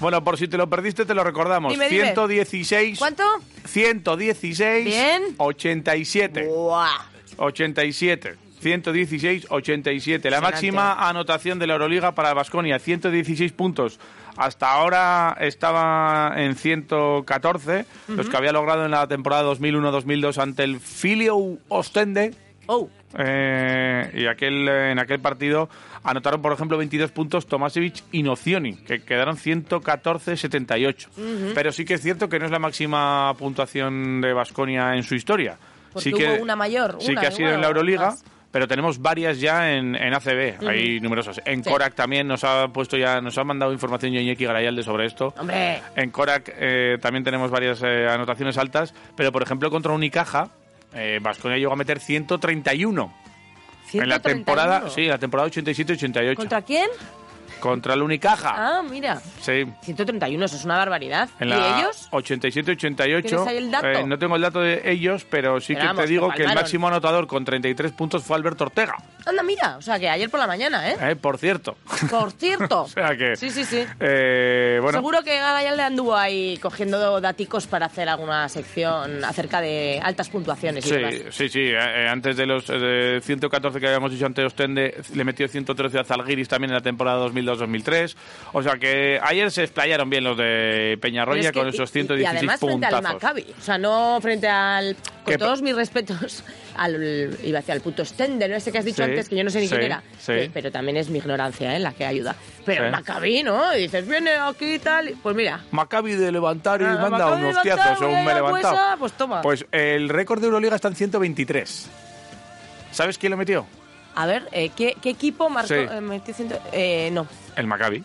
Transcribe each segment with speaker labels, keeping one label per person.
Speaker 1: Bueno, por si te lo perdiste, te lo recordamos.
Speaker 2: Dime, dime.
Speaker 1: 116.
Speaker 2: ¿Cuánto?
Speaker 1: 116.
Speaker 2: Bien. Oh.
Speaker 1: 87.
Speaker 2: Buah.
Speaker 1: 87. 116, 87. La
Speaker 2: Impresionante.
Speaker 1: máxima anotación de la Euroliga para Vasconia, 116 puntos. Hasta ahora estaba en 114, los que había logrado en la temporada 2001-2002 ante el Filio Ostende.
Speaker 2: Oh,
Speaker 1: Eh, y aquel, eh, en aquel partido anotaron, por ejemplo, 22 puntos Tomasevic y Nocioni, que quedaron 114-78. Pero sí que es cierto que no es la máxima puntuación de Vasconia en su historia.
Speaker 2: Porque
Speaker 1: sí que,
Speaker 2: hubo una mayor,
Speaker 1: Sí
Speaker 2: una
Speaker 1: que ha sido
Speaker 2: igual
Speaker 1: en la
Speaker 2: o
Speaker 1: Euroliga.
Speaker 2: más.
Speaker 1: Pero tenemos varias ya en, en ACB, hay numerosas. En
Speaker 2: Sí.
Speaker 1: Korak también nos ha puesto ya, nos ha mandado información Iñaki Garayalde sobre esto.
Speaker 2: hombre.
Speaker 1: En Korak eh, también tenemos varias eh, anotaciones altas, pero por ejemplo contra Unicaja, Vasconia llegó a meter 131 en la
Speaker 2: 131.
Speaker 1: temporada, sí, en la temporada 87-88.
Speaker 2: ¿Contra quién?
Speaker 1: Contra el Unicaja.
Speaker 2: Ah, mira.
Speaker 1: Sí.
Speaker 2: 131, eso es una barbaridad.
Speaker 1: En
Speaker 2: ¿Y
Speaker 1: la
Speaker 2: ellos?
Speaker 1: 87-88.
Speaker 2: ¿Tienes ahí el dato?
Speaker 1: Eh, no tengo el dato de ellos, pero sí
Speaker 2: Pero
Speaker 1: que
Speaker 2: vamos,
Speaker 1: te
Speaker 2: que
Speaker 1: digo que el
Speaker 2: palmaron.
Speaker 1: máximo anotador con 33 puntos fue Alberto Ortega,
Speaker 2: Anda, mira. O sea, que ayer por la mañana, ¿eh?
Speaker 1: eh, por cierto.
Speaker 2: Por cierto.
Speaker 1: O sea que.
Speaker 2: Sí, sí, sí.
Speaker 1: eh, bueno,
Speaker 2: Seguro que Galayal le anduvo ahí cogiendo daticos para hacer alguna sección acerca de altas puntuaciones y
Speaker 1: Sí,
Speaker 2: demás.
Speaker 1: sí, sí. eh, eh, antes de los eh, de 114 que habíamos dicho ante Ostende, le metió 113 a Zalgiris también en la temporada 2002-2003. O sea que ayer se explayaron bien los de
Speaker 2: Pero
Speaker 1: Peñarroya
Speaker 2: es que-
Speaker 1: con esos
Speaker 2: y-
Speaker 1: 116
Speaker 2: y además frente al
Speaker 1: puntazos.
Speaker 2: Maccabi. O sea, no frente al... Con
Speaker 1: Que-
Speaker 2: todos mis respetos, al, iba hacia el puto Stende, ¿no? Ese que has dicho
Speaker 1: Sí,
Speaker 2: antes, que yo no sé ni
Speaker 1: sí,
Speaker 2: quién era.
Speaker 1: sí.
Speaker 2: Pe- Pero también es mi ignorancia, ¿eh? La que ayuda. Pero
Speaker 1: Sí.
Speaker 2: el Maccabi, ¿no? Y dices, viene aquí y tal. y- Pues mira,
Speaker 1: Maccabi de levantar y
Speaker 2: Ah,
Speaker 1: manda
Speaker 2: Maccabi de
Speaker 1: unos
Speaker 2: levantar,
Speaker 1: tiazos,
Speaker 2: voy
Speaker 1: según me
Speaker 2: a
Speaker 1: he
Speaker 2: la
Speaker 1: levantado.
Speaker 2: huesa, pues toma.
Speaker 1: Pues el récord de Euroliga está en 123. ¿Sabes quién lo metió?
Speaker 2: a ver, eh, ¿qué, qué equipo marcó?
Speaker 1: Sí.
Speaker 2: eh, metió ciento- eh, no,
Speaker 1: El Maccabi.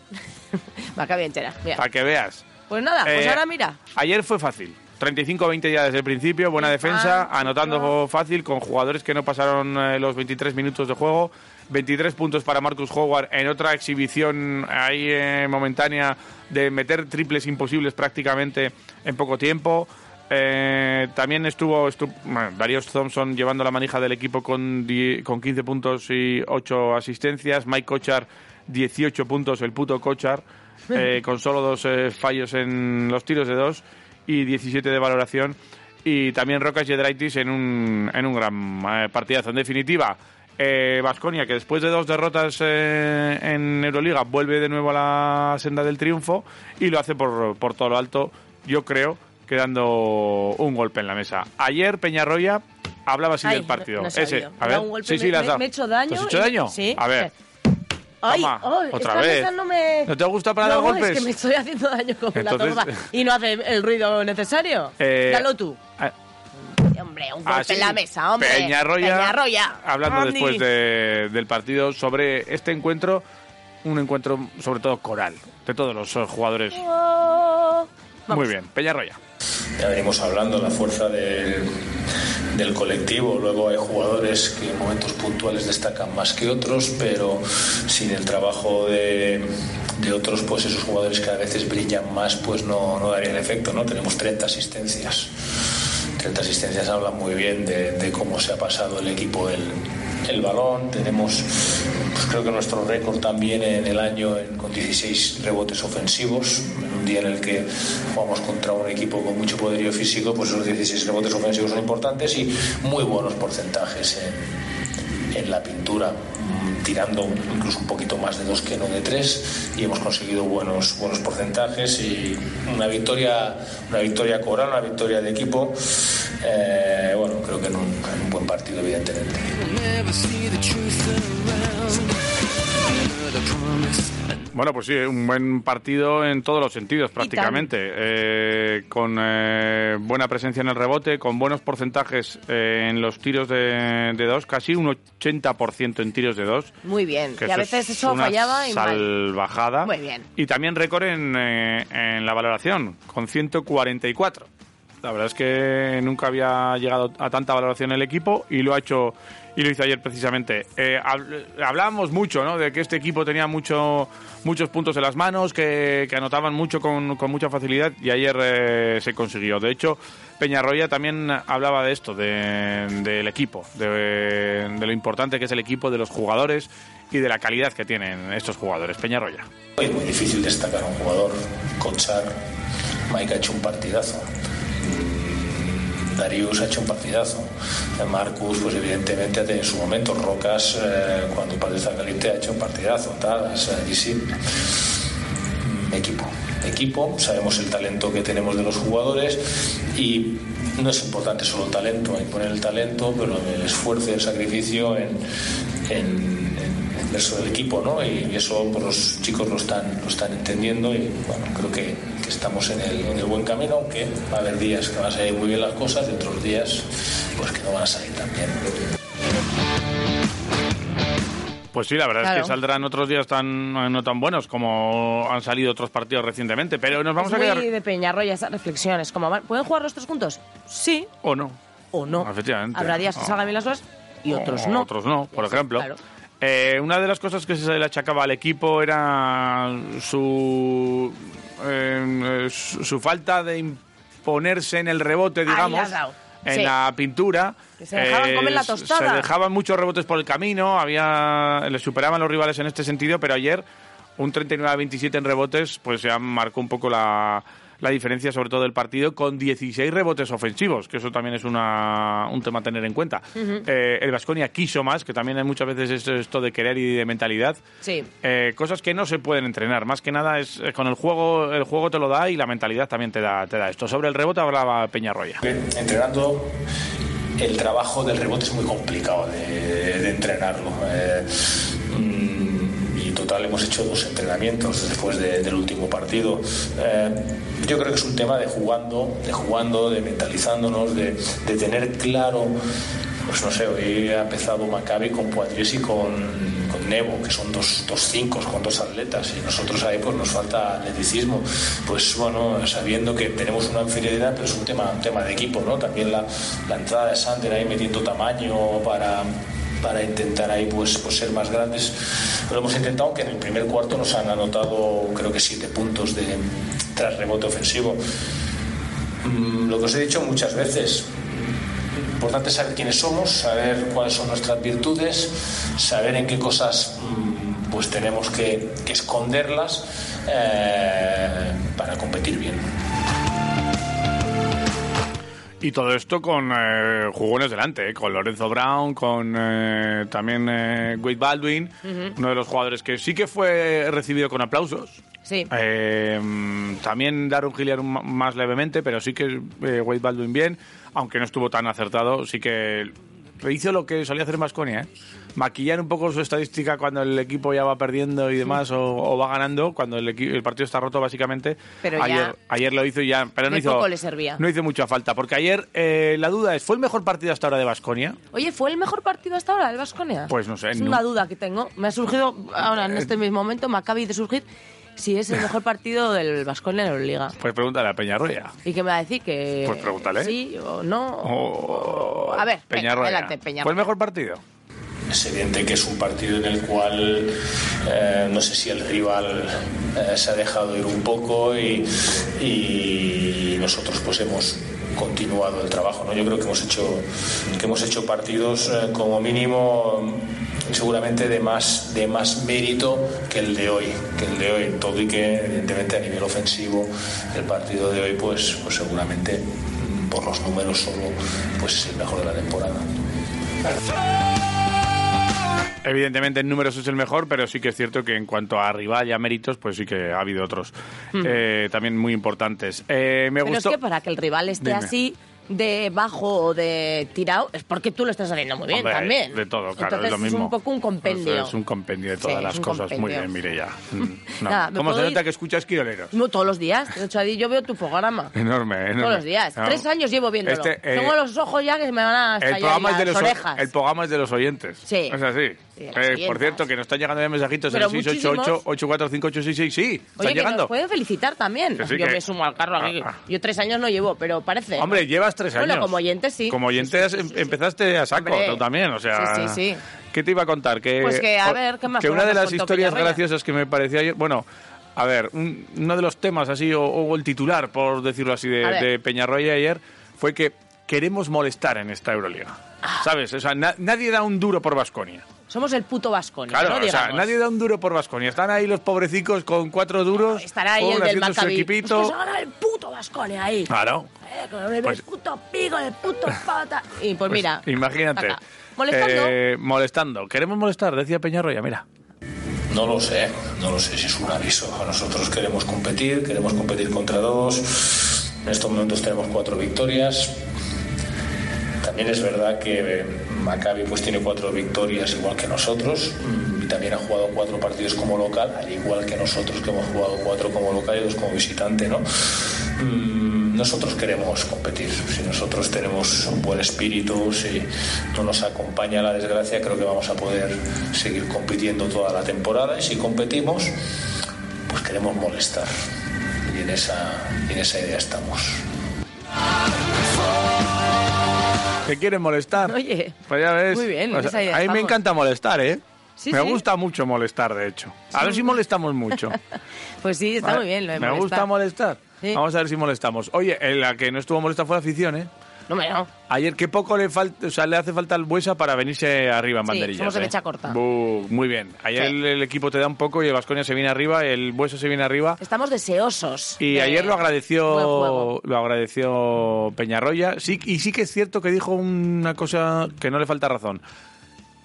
Speaker 2: Maccabi entera. mira.
Speaker 1: Para que veas.
Speaker 2: Pues nada, pues
Speaker 1: Eh,
Speaker 2: ahora mira.
Speaker 1: Ayer fue fácil. 35-20 ya desde el principio, buena defensa,
Speaker 2: Ah,
Speaker 1: anotando fácil con jugadores que no pasaron eh, los 23 minutos de juego. 23 puntos para Marcus Howard en otra exhibición ahí eh, momentánea de meter triples imposibles prácticamente en poco tiempo. Eh, también estuvo, estu- bueno, Darius Thompson llevando la manija del equipo con, die- con 15 puntos y 8 asistencias. Mike Kochar, 18 puntos, el puto Kochar, eh, con solo dos eh, fallos en los tiros de dos y 17 de valoración. Y también Rocas Yedraitis en un, en un gran eh, partidazo. En definitiva, Vasconia, que después de dos derrotas eh, en Euroliga, vuelve de nuevo a la senda del triunfo y lo hace por, por todo lo alto, yo creo, quedando un golpe en la mesa. Ayer Peñarroya hablaba así
Speaker 2: Ay,
Speaker 1: del partido.
Speaker 2: no- no he
Speaker 1: Ese,
Speaker 2: sabido.
Speaker 1: a
Speaker 2: Me
Speaker 1: ver,
Speaker 2: da un golpe,
Speaker 1: sí, sí,
Speaker 2: me-
Speaker 1: las
Speaker 2: me-
Speaker 1: da.
Speaker 2: me he hecho daño
Speaker 1: ¿Te has hecho
Speaker 2: y-
Speaker 1: daño?
Speaker 2: sí.
Speaker 1: A ver.
Speaker 2: Ay,
Speaker 1: Toma,
Speaker 2: ay,
Speaker 1: otra
Speaker 2: esta
Speaker 1: vez.
Speaker 2: mesa no me...
Speaker 1: ¿No te gusta para dar
Speaker 2: No,
Speaker 1: golpes?
Speaker 2: es que me estoy haciendo daño con
Speaker 1: Entonces-
Speaker 2: la torba y no hace el ruido necesario.
Speaker 1: Eh,
Speaker 2: Dalo tú. Ah,
Speaker 1: Ah,
Speaker 2: Hombre, un golpe
Speaker 1: así,
Speaker 2: en la Pues mesa, hombre.
Speaker 1: Peñarroya,
Speaker 2: Peñarroya.
Speaker 1: hablando
Speaker 2: Andy.
Speaker 1: después de- del partido sobre este encuentro, un encuentro sobre todo coral, de todos los eh, jugadores.
Speaker 2: Oh.
Speaker 1: Muy bien, Peñarroya.
Speaker 3: Ya venimos hablando, la fuerza del, del colectivo. Luego hay jugadores que en momentos puntuales destacan más que otros, pero sin el trabajo de, de otros, pues esos jugadores que a veces brillan más, pues no, no darían efecto, ¿no? Tenemos 30 asistencias. 30 asistencias hablan muy bien de, de cómo se ha pasado el equipo el, el balón. Tenemos, pues creo que nuestro récord también en el año en- con 16 rebotes ofensivos. En un día en el que jugamos contra un equipo con mucho poderío físico, pues esos 16 rebotes ofensivos son importantes y muy buenos porcentajes en, en la pintura mm, tirando incluso un poquito más de dos que no de tres y hemos conseguido buenos buenos porcentajes y una victoria una victoria coral una victoria de equipo Eh, bueno creo que en un- en un buen partido evidentemente
Speaker 1: Bueno, pues sí, un buen partido en todos los sentidos
Speaker 2: tan.
Speaker 1: prácticamente, Eh, con eh, buena presencia en el rebote, con buenos porcentajes eh, en los tiros de, de dos, casi un 80% en tiros de dos.
Speaker 2: Muy bien.
Speaker 1: que
Speaker 2: Que a veces
Speaker 1: es
Speaker 2: eso
Speaker 1: una
Speaker 2: fallaba y mal.
Speaker 1: salvajada.
Speaker 2: Muy bien.
Speaker 1: Y también récord en, eh, en la valoración, con 144. La verdad es que nunca había llegado a tanta valoración el equipo y lo ha hecho y lo hizo ayer precisamente. Eh, hablábamos mucho ¿no? de que este equipo tenía mucho, muchos puntos en las manos, que, que anotaban mucho con, con, mucha facilidad y ayer eh, se consiguió. De hecho, Peñarroya también hablaba de esto, del de, de equipo, de, de lo importante que es el equipo, de los jugadores y de la calidad que tienen estos jugadores. Peñarroya.
Speaker 3: Es muy difícil destacar a un jugador. Cochar, Mike ha hecho un partidazo. Darius ha hecho un partidazo. Marcus, pues evidentemente, ha tenido su momento. Rocas, eh, cuando el padre está caliente, ha hecho un partidazo. Tal, o sea, y sí. Equipo. Equipo, sabemos el talento que tenemos de los jugadores y no es importante solo el talento, hay poner el talento, pero el esfuerzo y el sacrificio en, en, en el verso del equipo, ¿no? Y, y eso pues, los chicos lo están, lo están entendiendo y bueno, creo que, que estamos en el, en el, buen camino, aunque va a haber días que van a salir muy bien las cosas y otros días pues que no van a salir tan bien.
Speaker 1: Pues sí, la verdad claro. es que saldrán otros días tan eh, no tan buenos como han salido otros partidos recientemente, pero nos vamos
Speaker 2: es
Speaker 1: a quedar
Speaker 2: Pues muy de Peñarroya esas reflexiones, como ¿pueden jugar los tres juntos? Sí
Speaker 1: o no.
Speaker 2: O no.
Speaker 1: Efectivamente.
Speaker 2: Habrá días que
Speaker 1: no.
Speaker 2: salgan bien las cosas y otros o no.
Speaker 1: Otros no, por
Speaker 2: sí,
Speaker 1: ejemplo. Claro. Eh, una de las cosas que se le achacaba al equipo era su eh, su falta de imponerse en el rebote, digamos en sí. la pintura.
Speaker 2: Que se dejaban eh, comer la tostada.
Speaker 1: Se dejaban muchos rebotes por el camino, había, le superaban los rivales en este sentido, pero ayer un 39-27 en rebotes, pues ya marcó un poco la, la, diferencia, sobre todo del partido, con 16 rebotes ofensivos, que eso también es una, un tema a tener en cuenta. Uh -huh. eh, el Vasconia quiso más, que también hay muchas veces esto, esto de querer y de mentalidad.
Speaker 2: Sí.
Speaker 1: Eh, cosas que no se pueden entrenar, más que nada es, es, con el juego, el juego te lo da y la mentalidad también te da, te da esto. Sobre el rebote hablaba Peñarroya.
Speaker 3: Entrenando el trabajo del rebote es muy complicado de, de entrenarlo. Eh, mmm, total hemos hecho dos entrenamientos después de, del último partido. Eh, yo creo que es un tema de jugando, de jugando, de mentalizándonos, de, de tener claro, pues no sé, hoy ha empezado Maccabi con Poitiers y con, con Nebo, que son dos, dos cinco, con dos atletas, y nosotros ahí pues nos falta atleticismo. Pues bueno, sabiendo que tenemos una inferioridad, pero es un tema, un tema de equipo, ¿no? También la, la entrada de Sander ahí metiendo tamaño para para intentar ahí pues, pues ser más grandes. Lo hemos intentado, que en el primer cuarto nos han anotado creo que siete puntos de tras rebote ofensivo. Mm, lo que os he dicho muchas veces, importante saber quiénes somos, saber cuáles son nuestras virtudes, saber en qué cosas mm, pues tenemos que, que esconderlas eh, para competir bien.
Speaker 1: Y todo esto con eh, jugones delante, eh, con Lorenzo Brown, con eh, también Wade Baldwin, uh -huh. uno de los jugadores que sí que fue recibido con aplausos.
Speaker 2: Sí.
Speaker 1: Em, también Darun Gilliard más levemente, pero sí que eh, Wade Baldwin bien, aunque no estuvo tan acertado, sí que hizo lo que solía hacer Masconia, ¿eh? maquillar un poco su estadística cuando el equipo ya va perdiendo y demás sí. o, o, va ganando, cuando el, el, partido está roto básicamente.
Speaker 2: Pero
Speaker 1: ayer, ya ayer lo hizo y ya, pero no hizo,
Speaker 2: poco le servía.
Speaker 1: no hizo mucha falta, porque ayer eh, la duda es, ¿fue el mejor partido hasta ahora de Basconia?
Speaker 2: Oye, ¿fue el mejor partido hasta ahora de Basconia?
Speaker 1: Pues no sé.
Speaker 2: Es
Speaker 1: no. Eh,
Speaker 2: una duda que tengo. Me ha surgido ahora en este mismo momento, me acaba de surgir. Si es el mejor partido del Vasconia en la Liga.
Speaker 1: Pues pregúntale a Peñarroya.
Speaker 2: ¿Y qué me va a decir? Que
Speaker 1: pues pregúntale.
Speaker 2: Sí o no.
Speaker 1: Oh,
Speaker 2: a ver,
Speaker 1: Peñarroya.
Speaker 2: Adelante, Peñarroya.
Speaker 1: ¿Fue el mejor partido?
Speaker 3: Es evidente que es un partido en el cual eh, no sé si el rival eh, se ha dejado ir un poco y, y, nosotros pues hemos continuado el trabajo. ¿no? Yo creo que hemos hecho, que hemos hecho partidos eh, como mínimo seguramente de más, de más mérito que el de hoy, que el de hoy todo y que evidentemente a nivel ofensivo el partido de hoy pues, pues seguramente por los números solo pues es el mejor de la temporada.
Speaker 1: Evidentemente en números es el mejor, pero sí que es cierto que en cuanto a rival y a méritos, pues sí que ha habido otros mm. eh, también muy importantes. Eh, me
Speaker 2: Hmm. pero
Speaker 1: gustó...
Speaker 2: es que para que el rival esté
Speaker 1: Dime.
Speaker 2: así de bajo o de tirado es porque tú lo estás haciendo muy bien
Speaker 1: Hombre,
Speaker 2: también.
Speaker 1: De todo, claro,
Speaker 2: Entonces
Speaker 1: es lo mismo.
Speaker 2: Es un poco un compendio.
Speaker 1: Es, es un compendio de todas
Speaker 2: Sí,
Speaker 1: las
Speaker 2: es un
Speaker 1: cosas. Muy
Speaker 2: compendio.
Speaker 1: bien, Mireia. Mm, No.
Speaker 2: Nada, ¿me
Speaker 1: ¿Cómo se
Speaker 2: puedo
Speaker 1: nota
Speaker 2: ir?
Speaker 1: que escuchas quiroleros?
Speaker 2: No, todos los días. De hecho, ahí yo veo tu programa.
Speaker 1: Enorme, enorme.
Speaker 2: Todos los días.
Speaker 1: No.
Speaker 2: Tres años llevo viéndolo.
Speaker 1: Este, eh,
Speaker 2: Tengo los ojos ya que se me van a
Speaker 1: El
Speaker 2: estallar
Speaker 1: programa,
Speaker 2: las
Speaker 1: es de los o-
Speaker 2: orejas.
Speaker 1: el programa es de los oyentes.
Speaker 2: Sí.
Speaker 1: Es así.
Speaker 2: de las
Speaker 1: Eh, por
Speaker 2: tiendas.
Speaker 1: cierto, que nos están llegando ya mensajitos en
Speaker 2: Pero
Speaker 1: el 688-845-866. Sí, están
Speaker 2: Oye, que
Speaker 1: llegando.
Speaker 2: nos pueden felicitar también.
Speaker 1: Que sí,
Speaker 2: Yo
Speaker 1: que-
Speaker 2: me sumo al carro aquí.
Speaker 1: Ah, ah.
Speaker 2: Yo tres años no llevo, pero parece.
Speaker 1: Hombre, llevas tres
Speaker 2: Bueno,
Speaker 1: años.
Speaker 2: como oyente, sí.
Speaker 1: Como oyente has- em- empezaste a saco
Speaker 2: Hombre.
Speaker 1: tú también, o sea.
Speaker 2: Sí, sí, sí.
Speaker 1: ¿Qué te iba a contar? Que,
Speaker 2: Pues que, a ver, ¿qué más
Speaker 1: Que una de
Speaker 2: nos
Speaker 1: las
Speaker 2: contó
Speaker 1: historias
Speaker 2: Peñarroya?
Speaker 1: graciosas que me pareció ayer. Bueno, a ver, un- uno de los temas así, o, o el titular, por decirlo así, de,
Speaker 2: A ver.
Speaker 1: de Peñarroya ayer, fue que queremos molestar en esta Euroliga.
Speaker 2: Ah.
Speaker 1: ¿Sabes? O sea, na- nadie da un duro por Vasconia.
Speaker 2: Somos el puto vascón.
Speaker 1: Claro,
Speaker 2: ¿no?
Speaker 1: o sea,
Speaker 2: Digamos.
Speaker 1: nadie da un duro por Vasconia. Están ahí los pobrecicos con cuatro duros.
Speaker 2: Estará ahí
Speaker 1: pum,
Speaker 2: el del
Speaker 1: haciendo su
Speaker 2: Maccabi.
Speaker 1: equipito.
Speaker 2: Es que se gana el puto Vasconia ahí.
Speaker 1: Claro.
Speaker 2: Eh, con el
Speaker 1: Pues-
Speaker 2: puto pico, el puto pata. Y pues mira.
Speaker 1: Pues imagínate.
Speaker 2: acá. Molestando.
Speaker 1: Eh, molestando. Queremos molestar, decía Peñarroya, mira.
Speaker 3: No lo sé, no lo sé si es un aviso. Nosotros queremos competir, queremos competir contra dos. En estos momentos tenemos cuatro victorias. También es verdad que eh, Maccabi pues tiene cuatro victorias igual que nosotros mm, y también ha jugado cuatro partidos como local, al igual que nosotros que hemos jugado cuatro como local y dos como visitante, ¿no? Mm, Nosotros queremos competir. Si nosotros tenemos un buen espíritu, si no nos acompaña la desgracia, creo que vamos a poder seguir compitiendo toda la temporada y si competimos, pues queremos molestar. Y en esa, y en esa idea estamos.
Speaker 1: ¿Te quieren molestar?
Speaker 2: Oye,
Speaker 1: Pues ya ves.
Speaker 2: muy bien, esa idea,
Speaker 1: a mí me
Speaker 2: vamos.
Speaker 1: encanta molestar, ¿eh?
Speaker 2: Sí,
Speaker 1: me
Speaker 2: sí.
Speaker 1: gusta mucho molestar, de hecho. A ver si molestamos mucho.
Speaker 2: Pues sí, está
Speaker 1: Vale,
Speaker 2: muy bien. Lo de
Speaker 1: me
Speaker 2: molestar.
Speaker 1: gusta molestar.
Speaker 2: Sí.
Speaker 1: Vamos a ver si molestamos. Oye, en la que no estuvo molesta fue la afición, ¿eh?
Speaker 2: No me no.
Speaker 1: Ayer, qué poco le falta, o sea, le hace falta al Buesa para venirse arriba en
Speaker 2: Sí,
Speaker 1: banderillas.
Speaker 2: somos de
Speaker 1: ¿eh?
Speaker 2: mecha corta.
Speaker 1: Bu, muy bien. Ayer
Speaker 2: Sí.
Speaker 1: el, el equipo te da un poco y el Vasconia se viene arriba, el Buesa se viene arriba.
Speaker 2: Estamos deseosos.
Speaker 1: Y
Speaker 2: de-
Speaker 1: ayer lo
Speaker 2: buen juego.
Speaker 1: agradeció, lo agradeció Peñarroya. Sí, y sí que es cierto que dijo una cosa que no le falta razón.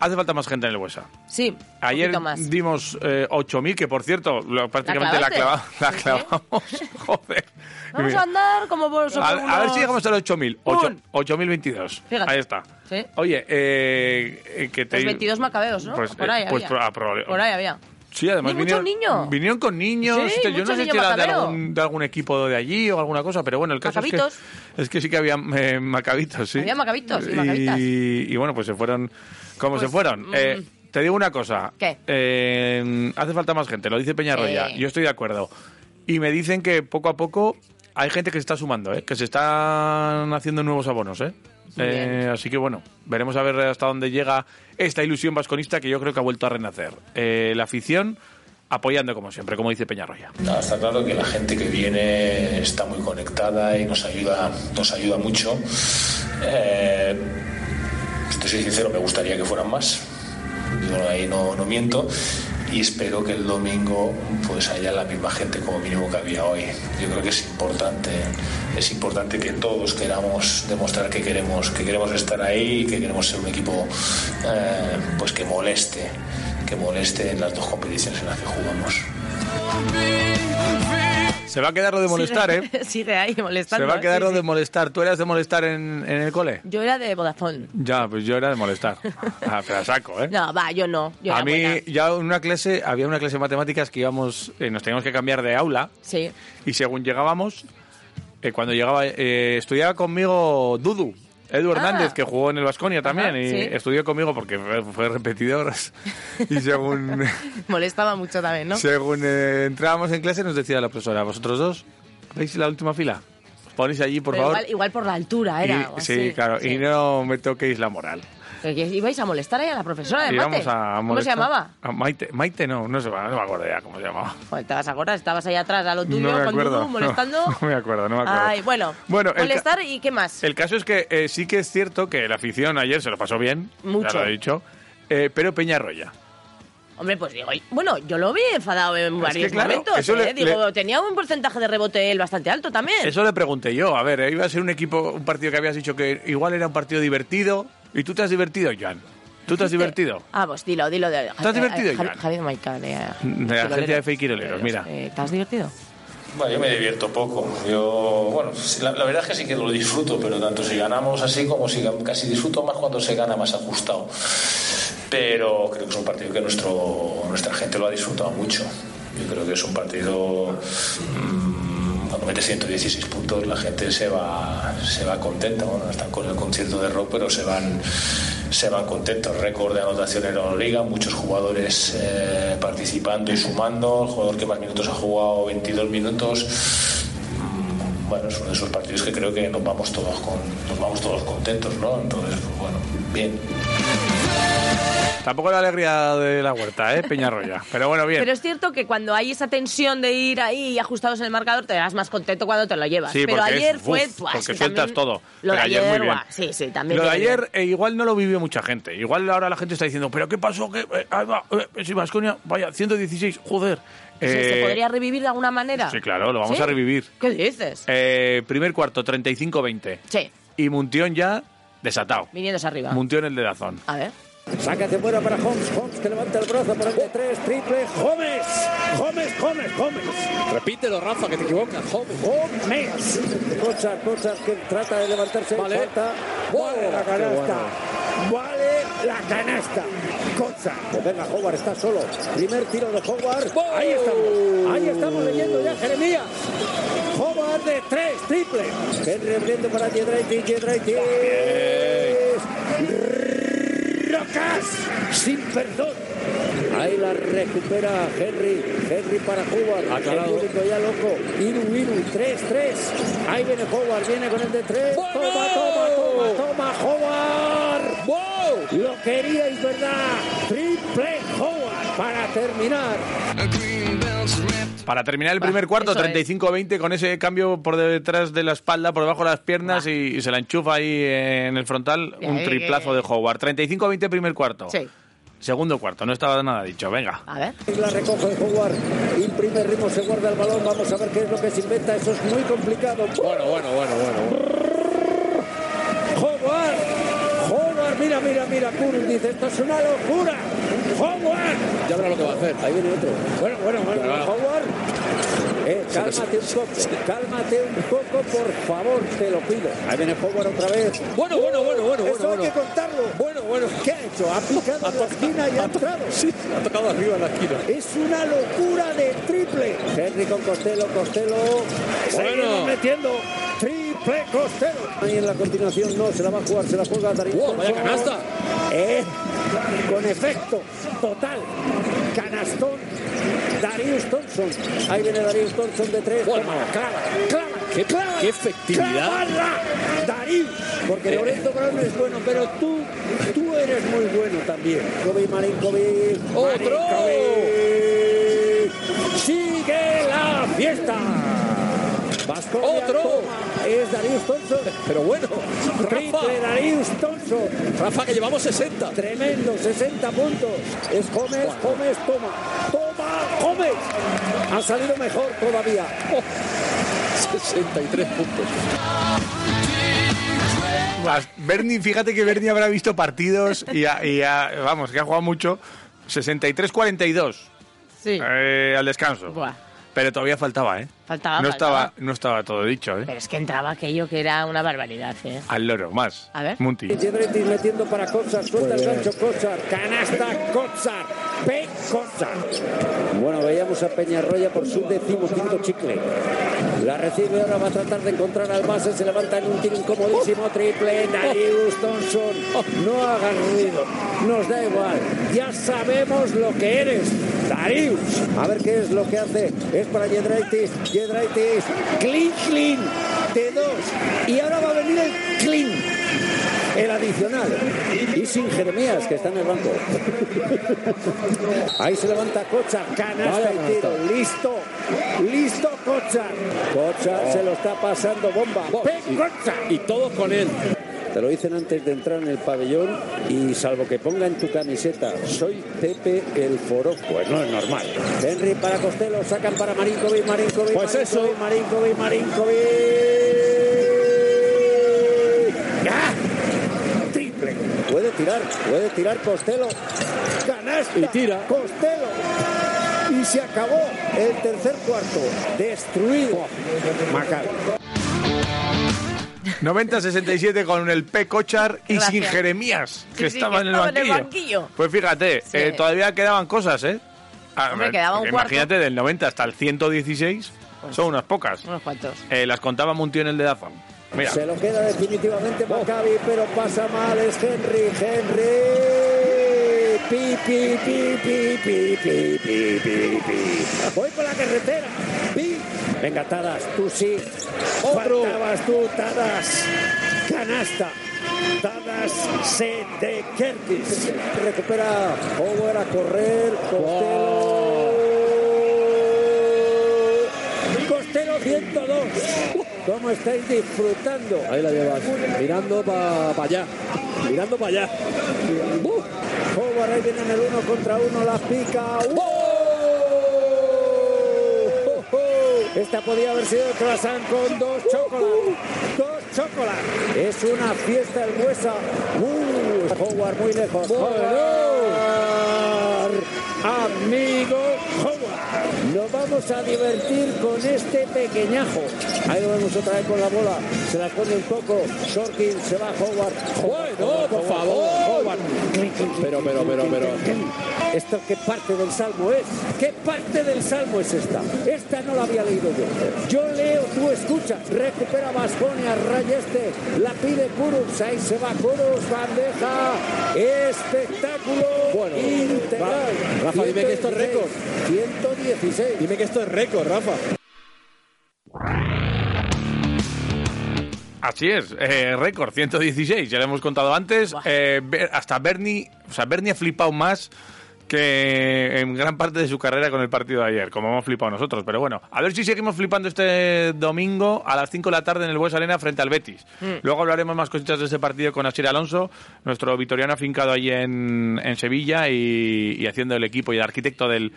Speaker 1: Hace falta más gente en el Buesa.
Speaker 2: Sí, un
Speaker 1: Ayer
Speaker 2: poquito más.
Speaker 1: dimos eh, 8.000, que por cierto, lo- prácticamente la,
Speaker 2: clavaste?
Speaker 1: clava- la
Speaker 2: Sí,
Speaker 1: clavamos. Joder.
Speaker 2: Vamos
Speaker 1: Mira.
Speaker 2: a andar como por
Speaker 1: A,
Speaker 2: sobre
Speaker 1: a ver
Speaker 2: unos-
Speaker 1: si llegamos a los 8.000. Ocho-
Speaker 2: Un.
Speaker 1: 8.022.
Speaker 2: Fíjate.
Speaker 1: Ahí está.
Speaker 2: Sí.
Speaker 1: Oye, eh, eh, que te...
Speaker 2: Los 22 macabeos, ¿no?
Speaker 1: Pues,
Speaker 2: por
Speaker 1: eh,
Speaker 2: ahí
Speaker 1: pues,
Speaker 2: había.
Speaker 1: ah, probable-
Speaker 2: Por ahí había.
Speaker 1: Sí, además
Speaker 2: Y mucho
Speaker 1: vinieron,
Speaker 2: niño.
Speaker 1: vinieron con niños.
Speaker 2: Sí,
Speaker 1: Este, yo
Speaker 2: mucho
Speaker 1: no sé
Speaker 2: niño
Speaker 1: si era de
Speaker 2: macabeo.
Speaker 1: algún, de algún equipo de allí o alguna cosa, pero bueno, el caso es que,
Speaker 2: Macabitos.
Speaker 1: es que sí que había eh, macabitos, sí.
Speaker 2: Había macabitos y
Speaker 1: Y-
Speaker 2: macabitas.
Speaker 1: Y, bueno, pues se fueron como
Speaker 2: Pues,
Speaker 1: se fueron.
Speaker 2: mm.
Speaker 1: Eh, te digo una cosa.
Speaker 2: ¿Qué?
Speaker 1: Eh, hace falta más gente, lo dice Peñarroya.
Speaker 2: Sí.
Speaker 1: Yo estoy de acuerdo. Y me dicen que poco a poco hay gente que se está sumando, ¿eh? que se están haciendo nuevos abonos. ¿eh?
Speaker 2: Muy bien.
Speaker 1: Eh, así que bueno, veremos a ver hasta dónde llega esta ilusión vasconista que yo creo que ha vuelto a renacer. Eh, la afición apoyando como siempre, como dice Peñarroya.
Speaker 3: No, está claro que la gente que viene está muy conectada y nos ayuda, nos ayuda mucho. Eh, si te soy sincero, me gustaría que fueran más. Yo ahí no, no miento. Y espero que el domingo pues haya la misma gente como mínimo que había hoy. Yo creo que es importante. Es importante que todos queramos demostrar que queremos, que queremos estar ahí y que queremos ser un equipo eh, pues que moleste, que moleste en las dos competiciones en las que jugamos.
Speaker 1: Se va a quedar lo de molestar, ¿eh?
Speaker 2: Sigue- Sigue ahí molestando.
Speaker 1: Se va a
Speaker 2: ¿eh?
Speaker 1: quedar
Speaker 2: Sí,
Speaker 1: lo
Speaker 2: sí.
Speaker 1: de molestar. ¿Tú eras de molestar en, en el cole?
Speaker 2: Yo era de Vodafone.
Speaker 1: Ya, pues yo era de molestar. Ah, pero a saco, ¿eh?
Speaker 2: No, va, yo no. Yo
Speaker 1: a
Speaker 2: era
Speaker 1: mí
Speaker 2: buena.
Speaker 1: ya en una clase había una clase de matemáticas que íbamos eh, nos teníamos que cambiar de aula
Speaker 2: Sí.
Speaker 1: y según llegábamos eh, cuando llegaba eh, estudiaba conmigo Dudu Edu
Speaker 2: Ah.
Speaker 1: Hernández, que jugó en el Vasconia también, y
Speaker 2: sí.
Speaker 1: estudió conmigo porque fue, fue repetidor. Y según,
Speaker 2: Molestaba mucho también, ¿no?
Speaker 1: según eh, entrábamos en clase, nos decía la profesora: Vosotros dos, ¿veis la última fila? Os ponéis allí, por
Speaker 2: Pero
Speaker 1: favor.
Speaker 2: igual, igual por la altura
Speaker 1: y-
Speaker 2: era. o
Speaker 1: sí,
Speaker 2: así.
Speaker 1: claro,
Speaker 2: Sí.
Speaker 1: y no me toquéis la moral.
Speaker 2: Pero que ¿Ibais a molestar ahí a la profesora de
Speaker 1: Y
Speaker 2: mate?
Speaker 1: vamos a
Speaker 2: ¿Cómo se
Speaker 1: molestar-
Speaker 2: llamaba?
Speaker 1: a Maite, Maite no, no, se va, no me acuerdo ya cómo se llamaba.
Speaker 2: Joder, te vas a acordar, estabas ahí atrás a lo tuyo
Speaker 1: no me
Speaker 2: con
Speaker 1: acuerdo.
Speaker 2: Dudu molestando.
Speaker 1: No, no me acuerdo, no me acuerdo.
Speaker 2: Ay, bueno,
Speaker 1: Bueno, el ca-
Speaker 2: molestar y qué más.
Speaker 1: El caso es que eh, sí que es cierto que la afición ayer se lo pasó bien,
Speaker 2: Mucho.
Speaker 1: ya lo he dicho, eh, pero Peñarroya.
Speaker 2: Hombre, pues digo, bueno, yo lo vi enfadado en varios
Speaker 1: claro,
Speaker 2: momentos.
Speaker 1: eso le-
Speaker 2: ¿eh? digo,
Speaker 1: le-
Speaker 2: tenía un porcentaje de rebote él bastante alto también.
Speaker 1: Eso le pregunté yo, a ver, eh, iba a ser un equipo, un partido que habías dicho que igual era un partido divertido, y tú te has divertido, Joan. ¿Tú te has divertido?
Speaker 2: Ah, pues dilo, dilo. De,
Speaker 1: ¿Estás divertido, Joan?
Speaker 2: Javier Maica, de,
Speaker 1: De la agencia de fake Quiroleros, mira.
Speaker 2: Eh, ¿Te has divertido?
Speaker 3: Bueno, yo me divierto poco. Yo, bueno, sí, la, la verdad es que sí que lo disfruto, pero tanto si ganamos así como si gan- casi disfruto más cuando se gana más ajustado. Pero creo que es un partido que nuestro, nuestra gente lo ha disfrutado mucho. Yo creo que es un partido. mm, Cuando metes 116 puntos, la gente se va, se va contenta. Bueno, están con el concierto de rock, pero se van, se van contentos. Récord de anotación en la liga, muchos jugadores eh, participando y sumando. El jugador que más minutos ha jugado, 22 minutos Mm, bueno, es uno de esos partidos que creo que nos vamos todos con, nos vamos todos contentos, ¿no? Entonces, pues bueno, bien.
Speaker 1: Tampoco la alegría de la huerta, ¿eh? Peñarroya. Pero bueno, bien.
Speaker 2: Pero es cierto que cuando hay esa tensión de ir ahí ajustados en el marcador, te das más contento cuando te lo llevas.
Speaker 1: Sí,
Speaker 2: Pero
Speaker 1: porque
Speaker 2: ayer
Speaker 1: es-
Speaker 2: fue.
Speaker 1: uf,
Speaker 2: buah, es
Speaker 1: porque
Speaker 2: que
Speaker 1: sueltas
Speaker 2: también-
Speaker 1: todo.
Speaker 2: Lo de
Speaker 1: Pero ayer
Speaker 2: ayer,
Speaker 1: muy bien.
Speaker 2: buah, sí, sí, también.
Speaker 1: Lo de
Speaker 2: muy bien.
Speaker 1: ayer eh, igual no lo vivió mucha gente. Igual ahora la gente está diciendo, ¿pero qué pasó? ¿Qué, eh, ahí va, eh, si Vasconia, vaya, 116, joder.
Speaker 2: Sí, ¿Se
Speaker 1: Eh,
Speaker 2: podría revivir de alguna manera?
Speaker 1: sí, claro, lo vamos
Speaker 2: ¿Sí?
Speaker 1: a revivir.
Speaker 2: ¿Qué dices?
Speaker 1: Eh, primer cuarto, 35-20.
Speaker 2: Sí,
Speaker 1: Y Muntión ya desatado.
Speaker 2: viniéndose arriba.
Speaker 1: Muntión el dedazón.
Speaker 2: A ver.
Speaker 4: Saca hacia afuera para Holmes. Holmes que levanta el brazo por el de tres. Triple. Gómez. Gómez, Gómez, Gómez.
Speaker 5: Repítelo, Rafa, que te equivocas. Joven.
Speaker 4: Gómez. Cosas, cosas que trata de levantarse.
Speaker 5: Vale.
Speaker 4: Falta. Vale la canasta. Vale la canasta. Cosa. Pues venga, Howard está solo. Primer tiro de Howard. Ahí estamos. Ahí estamos leyendo ya Jeremías. Howard de tres. Triple. Henry abriendo para Jedraiti. Jedraiti. Rocas. Sin perdón. Ahí la recupera Henry. Henry para Howard.
Speaker 5: Aclarado.
Speaker 4: El único ya loco. Iru, Iru. 3-3. Ahí viene Howard. Viene con el de 3. Toma, toma, toma, toma. Howard. Lo queríais, ¿verdad? Triple Howard para terminar.
Speaker 1: Para terminar el primer
Speaker 2: Bah,
Speaker 1: cuarto,
Speaker 2: eso es.
Speaker 1: 35-20, con ese cambio por detrás de la espalda, por debajo de las piernas y, y se la enchufa ahí eh, en el frontal,
Speaker 2: Ya,
Speaker 1: un
Speaker 2: eh,
Speaker 1: triplazo
Speaker 2: que-
Speaker 1: de Howard. 35-20 primer cuarto.
Speaker 2: Sí.
Speaker 1: Segundo cuarto, no estaba nada dicho, venga.
Speaker 2: A ver.
Speaker 4: La recoge Howard. Imprime ritmo, se guarda el balón. Vamos a ver qué es lo que se inventa. Eso es muy complicado.
Speaker 5: Bueno, bueno, bueno, bueno. bueno.
Speaker 4: Howard. Howard, mira, mira, mira. Kurun dice, esto es una locura. Howard.
Speaker 5: Ya verás lo que va a hacer.
Speaker 4: Ahí viene otro. Bueno, bueno, bueno,
Speaker 5: Pero,
Speaker 4: por favor. Eh, cálmate un poco, cálmate un poco, por favor, te lo pido. Ahí viene Howard otra vez.
Speaker 5: Bueno, bueno, bueno, bueno,
Speaker 4: Eso
Speaker 5: bueno,
Speaker 4: hay que
Speaker 5: bueno.
Speaker 4: contarlo.
Speaker 5: Bueno, bueno.
Speaker 4: ¿Qué ha hecho? Ha picado en la esquina y ha entrado.
Speaker 5: Sí, ha tocado arriba en la esquina.
Speaker 4: Es una locura de triple. Henry con Costello, Costello. Seguimos metiendo. Triple Costello. Ahí en la continuación no, se la va a jugar, se la juega Darío.
Speaker 5: Wow, vaya canasta.
Speaker 4: Eh, con efecto total. Canastón. Darius Thompson. Ahí viene Darius Thompson de tres.
Speaker 5: Wow.
Speaker 4: Toma, clava, clava,
Speaker 5: Qué-
Speaker 4: clava.
Speaker 5: qué efectividad. Eh.
Speaker 4: ¡Clavarla! Darius. Porque Lorenzo Brown es bueno, pero tú, tú eres muy bueno también. Kobe Marinkovic.
Speaker 5: Otro.
Speaker 4: Marinkovic. Sigue la fiesta. Baskonia
Speaker 5: Otro.
Speaker 4: toma. Es Darius Thompson.
Speaker 5: Pero bueno,
Speaker 4: Triple
Speaker 5: Rafa,
Speaker 4: Darius Thompson.
Speaker 5: Rafa, que llevamos 60.
Speaker 4: Tremendo, 60 puntos. Es Gómez, Gómez, toma. Toma, Gómez. Ha salido mejor todavía.
Speaker 5: Oh. 63 puntos.
Speaker 1: Vas, Berni, fíjate que Berni habrá visto partidos y, ha- y ha- vamos, que ha jugado mucho. 63-42
Speaker 2: Sí.
Speaker 1: eh, al descanso.
Speaker 2: Buah.
Speaker 1: Pero todavía faltaba, ¿eh?
Speaker 2: Faltaba,
Speaker 1: no
Speaker 2: faltaba.
Speaker 1: Estaba, no estaba todo dicho, ¿eh?
Speaker 2: Pero es que entraba aquello que era una barbaridad, ¿eh?
Speaker 1: Al loro, más.
Speaker 2: A ver.
Speaker 1: Munti.
Speaker 4: Jedretti metiendo para Kotsar, suelta Sancho Kotsar, canasta Kotsar, P. Kotsar. Bueno, veíamos a Peñarroya por su decimoquinto chicle. La recibe ahora, va a tratar de encontrar al base, se levanta en un tiro incomodísimo, triple, Darius Thompson. No hagas ruido, nos da igual, ya sabemos lo que eres, Darius. A ver qué es lo que hace, es para Jedraitis, Jedraitis, clean, clean, de dos. Y ahora va a venir el clean. El adicional. Y sin Jeremías, que está en el banco. Ahí se levanta Cocha. Canasta
Speaker 5: Vaya
Speaker 4: y
Speaker 5: canasta.
Speaker 4: tiro. Listo. Listo Cocha. Cocha se lo está pasando bomba. Pe- Cocha.
Speaker 5: Y todos con él.
Speaker 4: Te lo dicen antes de entrar en el pabellón y salvo que ponga en tu camiseta soy Pepe el Foro, pues no es normal. Henry para Costello, sacan para Marinkovic, Marinkovic,
Speaker 5: Pues eso.
Speaker 4: Marinkovic, Marinkovic, Marinkovic. ¡Ya! Triple. Puede tirar, puede tirar Costello. Canasta.
Speaker 5: Y tira.
Speaker 4: Costello. Y se acabó el tercer cuarto. Destruido. Macal.
Speaker 1: 90-67 con el P. Cochar y
Speaker 2: Gracias.
Speaker 1: sin Jeremías, que
Speaker 2: sí,
Speaker 1: estaba
Speaker 2: que
Speaker 1: en el
Speaker 2: estaba en
Speaker 1: banquillo.
Speaker 2: el banquillo.
Speaker 1: Pues fíjate,
Speaker 2: Sí.
Speaker 1: eh, todavía quedaban cosas, ¿eh? Ah,
Speaker 2: Hombre,
Speaker 1: eh,
Speaker 2: quedaba un
Speaker 1: Imagínate,
Speaker 2: cuarto. Pues
Speaker 1: del 90 hasta el 116 son unas pocas.
Speaker 2: Unos cuantos.
Speaker 1: Eh, las contaba Muntión el de Dazón. Mira.
Speaker 4: Se lo queda definitivamente Maccabi, pero pasa mal. Es Henry, Henry. Pi, pi, pi, pi, pi, pi, pi, pi, pi. Voy por la carretera. Pi. Venga, Tadas, tú sí.
Speaker 5: Otro.
Speaker 4: Faltabas tú, Tadas. Canasta. Tadas C. de Kerkis. Recupera Howard a correr. Costello. Costello 102. ¿Cómo estáis disfrutando?
Speaker 5: Ahí la llevas. Mirando para allá. Mirando para allá. ¡Buf!
Speaker 4: Howard ahí viene en el uno contra uno, la pica. ¡Uh! Esta podía haber sido el croissant con dos chocolates. Dos chocolates. Es una fiesta el huesa. ¡Uh! Howard muy lejos. Howard. Amigo Howard. Nos vamos a divertir con este pequeñajo. Ahí lo vemos otra vez con la bola. Se la pone un poco. Sorkin se va a Howard. Howard,
Speaker 5: Bueno, por
Speaker 4: Howard,
Speaker 5: favor.
Speaker 4: Howard.
Speaker 5: Pero, pero, pero, pero.
Speaker 4: ¿Esto qué parte del salmo es? ¿Qué parte del salmo es esta? Esta no la había leído yo. Yo leo, tú escuchas. Recupera Vasconia, raya este. La pide Kurus. Ahí se va Kurus. Bandeja. Espectáculo.
Speaker 5: Bueno,
Speaker 4: integral.
Speaker 5: va. Rafa, dime que esto es récord.
Speaker 4: 116.
Speaker 5: Dime que esto es récord, Rafa.
Speaker 1: Así es, eh, récord, 116, ya lo hemos contado antes.
Speaker 2: Buah.
Speaker 1: Eh, Ber- hasta Bernie, o sea, Bernie ha flipado más que en gran parte de su carrera con el partido de ayer, como hemos flipado nosotros. Pero bueno, a ver si seguimos flipando este domingo a las 5 de la tarde en el Bues Arena frente al Betis. Luego hablaremos más cositas de este partido con Asir Alonso, nuestro vitoriano afincado allí en, en Sevilla y, y haciendo el equipo y el arquitecto del,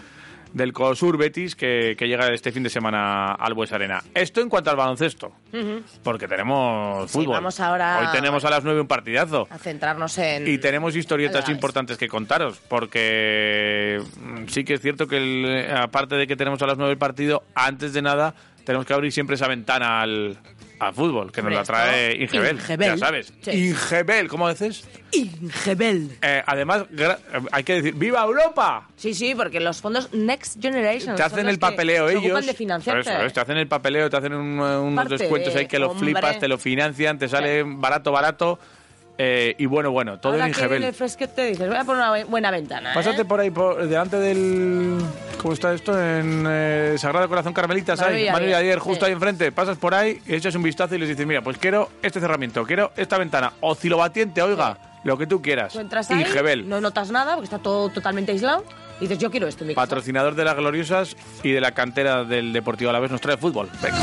Speaker 1: del COSUR Betis que, que llega este fin de semana al Bues Arena. Esto en cuanto al baloncesto. Porque tenemos
Speaker 2: Sí,
Speaker 1: fútbol.
Speaker 2: vamos ahora-
Speaker 1: Hoy tenemos a las 9 un partidazo.
Speaker 2: A centrarnos en.
Speaker 1: Y tenemos historietas
Speaker 2: Algarves.
Speaker 1: importantes que contaros, porque mm, sí que es cierto que el- aparte de que tenemos a las 9 el partido, antes de nada tenemos que abrir siempre esa ventana al, al fútbol, que nos
Speaker 2: Hombre,
Speaker 1: la trae
Speaker 2: esto-
Speaker 1: Ingebel,
Speaker 2: Ingebel.
Speaker 1: ya sabes.
Speaker 2: Sí.
Speaker 1: Ingebel, ¿cómo dices?
Speaker 2: Ingebel.
Speaker 1: Eh, además, gra- eh, hay que decir, ¡Viva Europa!
Speaker 2: Sí, sí, porque los fondos Next Generation.
Speaker 1: Te
Speaker 2: son
Speaker 1: hacen
Speaker 2: los
Speaker 1: el
Speaker 2: que
Speaker 1: papeleo
Speaker 2: se
Speaker 1: ellos.
Speaker 2: ocupan de financiarte.
Speaker 1: Eso es, te hacen el papeleo, te hacen un- eh, unos
Speaker 2: Parte
Speaker 1: descuentos
Speaker 2: de-
Speaker 1: ahí que lo
Speaker 2: hombre.
Speaker 1: flipas, te lo financian, te sale barato, barato. eh, y bueno, bueno, todo
Speaker 2: Ahora
Speaker 1: en
Speaker 2: que
Speaker 1: Ingebel.
Speaker 2: viene el fresquete dices, voy a poner una buena ventana. ¿eh?
Speaker 1: Pásate por ahí, por delante del. ¿Cómo está esto? En eh, Sagrado Corazón Carmelitas,
Speaker 2: Manu
Speaker 1: ahí,
Speaker 2: y
Speaker 1: Manu y
Speaker 2: Javier,
Speaker 1: ayer, justo
Speaker 2: sí.
Speaker 1: ahí enfrente. Pasas por ahí, echas un vistazo y les dices: Mira, pues quiero este cerramiento, quiero esta ventana, oscilobatiente, oiga, lo que tú quieras.
Speaker 2: Tú entras
Speaker 1: y
Speaker 2: ahí,
Speaker 1: Gebel,
Speaker 2: no notas nada porque está todo totalmente aislado. Y dices, yo quiero esto en mi casa.
Speaker 1: patrocinador de las gloriosas y de la cantera del Deportivo Alavés, nos trae fútbol. Venga.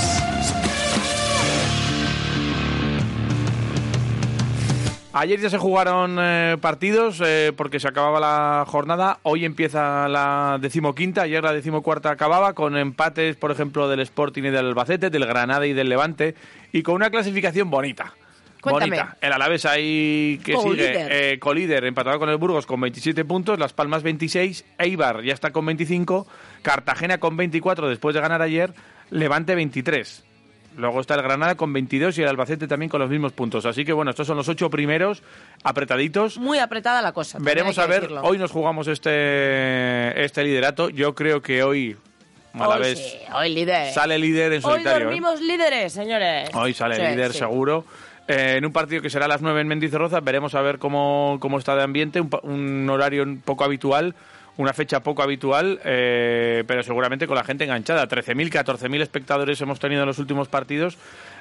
Speaker 1: Ayer ya se jugaron eh, partidos eh, porque se acababa la jornada. Hoy empieza la decimoquinta. Ayer la decimocuarta acababa con empates, por ejemplo, del Sporting y del Albacete, del Granada y del Levante. Y con una clasificación bonita.
Speaker 2: Cuéntame.
Speaker 1: Bonita. El Alavés ahí que
Speaker 2: Colíder.
Speaker 1: sigue eh, colíder, empatado con el Burgos con 27 puntos, Las Palmas 26, Eibar ya está con 25, Cartagena con 24 después de ganar ayer, Levante 23. Luego está el Granada con 22 y el Albacete también con los mismos puntos. Así que bueno, estos son los ocho primeros apretaditos.
Speaker 2: Muy apretada la cosa. también
Speaker 1: Veremos
Speaker 2: hay
Speaker 1: a
Speaker 2: que
Speaker 1: ver,
Speaker 2: decirlo.
Speaker 1: hoy nos jugamos este, este liderato. Yo creo que hoy Alavés
Speaker 2: Hoy, sí, hoy líder.
Speaker 1: sale líder en
Speaker 2: hoy
Speaker 1: solitario. ¿eh?
Speaker 2: dormimos líderes, señores.
Speaker 1: Hoy sale
Speaker 2: Sí,
Speaker 1: líder
Speaker 2: sí.
Speaker 1: seguro. Eh, en un partido que será a las 9 en Mendizorroza, veremos a ver cómo, cómo está de ambiente, un, pa- un horario un poco habitual, una fecha poco habitual, eh, pero seguramente con la gente enganchada. 13.000, 14.000 espectadores hemos tenido en los últimos partidos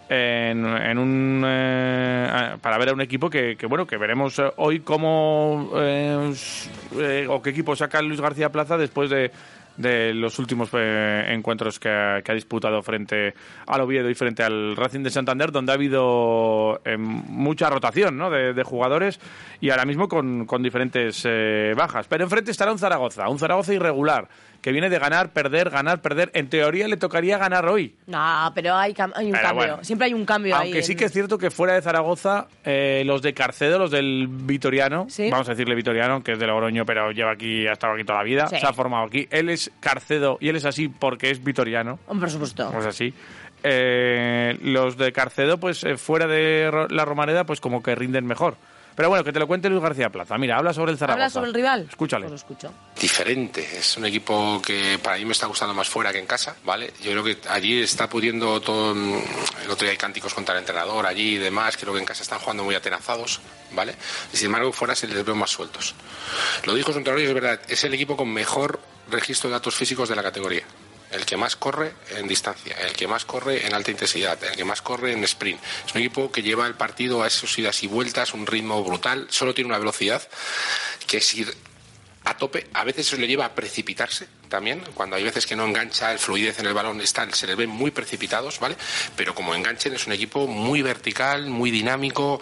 Speaker 1: en, en un, eh, a- para ver a un equipo que, que, bueno que veremos eh, hoy cómo eh, s- eh, o qué equipo saca Luis García Plaza después de, de los últimos eh, encuentros que ha, que ha disputado frente al Oviedo y frente al Racing de Santander, donde ha habido eh, mucha rotación ¿no? de, de jugadores y ahora mismo con, con diferentes eh, bajas. Pero enfrente estará un Zaragoza, un Zaragoza irregular, que viene de ganar, perder, ganar, perder. En teoría le tocaría ganar hoy.
Speaker 2: No, pero hay, cam- hay un
Speaker 1: Pero
Speaker 2: cambio.
Speaker 1: bueno.
Speaker 2: Siempre hay un cambio ahí.
Speaker 1: Aunque sí
Speaker 2: en-
Speaker 1: que es cierto que fuera de Zaragoza, eh, los de Carcedo, los del Vitoriano,
Speaker 2: Sí.
Speaker 1: vamos a decirle Vitoriano, que es de Logroño, pero lleva aquí, ha estado aquí toda la vida,
Speaker 2: Sí.
Speaker 1: se ha formado aquí. Él es Carcedo y él es así porque es Vitoriano.
Speaker 2: Hombre, Por supuesto.
Speaker 1: Pues así. Eh, los de Carcedo, pues eh, fuera de Ro- la Romareda, pues como que rinden mejor. Pero bueno, que te lo cuente Luis García Plaza. Mira, habla sobre el Zaragoza.
Speaker 2: ¿Habla sobre el rival?
Speaker 1: Escúchale.
Speaker 2: Pues lo escucho.
Speaker 6: diferente. Es un equipo que para mí me está gustando más fuera que en casa, ¿vale? Yo creo que allí está pudiendo todo. mm, El otro día hay cánticos contra el entrenador, allí y demás. Creo que en casa están jugando muy atenazados, ¿vale? Y sin embargo, fuera se les veo más sueltos. Lo dijo su entrenador y es verdad, es el equipo con mejor registro de datos físicos de la categoría. El que más corre en distancia, el que más corre en alta intensidad, el que más corre en sprint. Es un equipo que lleva el partido a esos idas y vueltas, un ritmo brutal, solo tiene una velocidad que es ir a tope, a veces eso le lleva a precipitarse también, cuando hay veces que no engancha el fluidez en el balón, están, se les ven muy precipitados, ¿vale? Pero como enganchen es un equipo muy vertical, muy dinámico,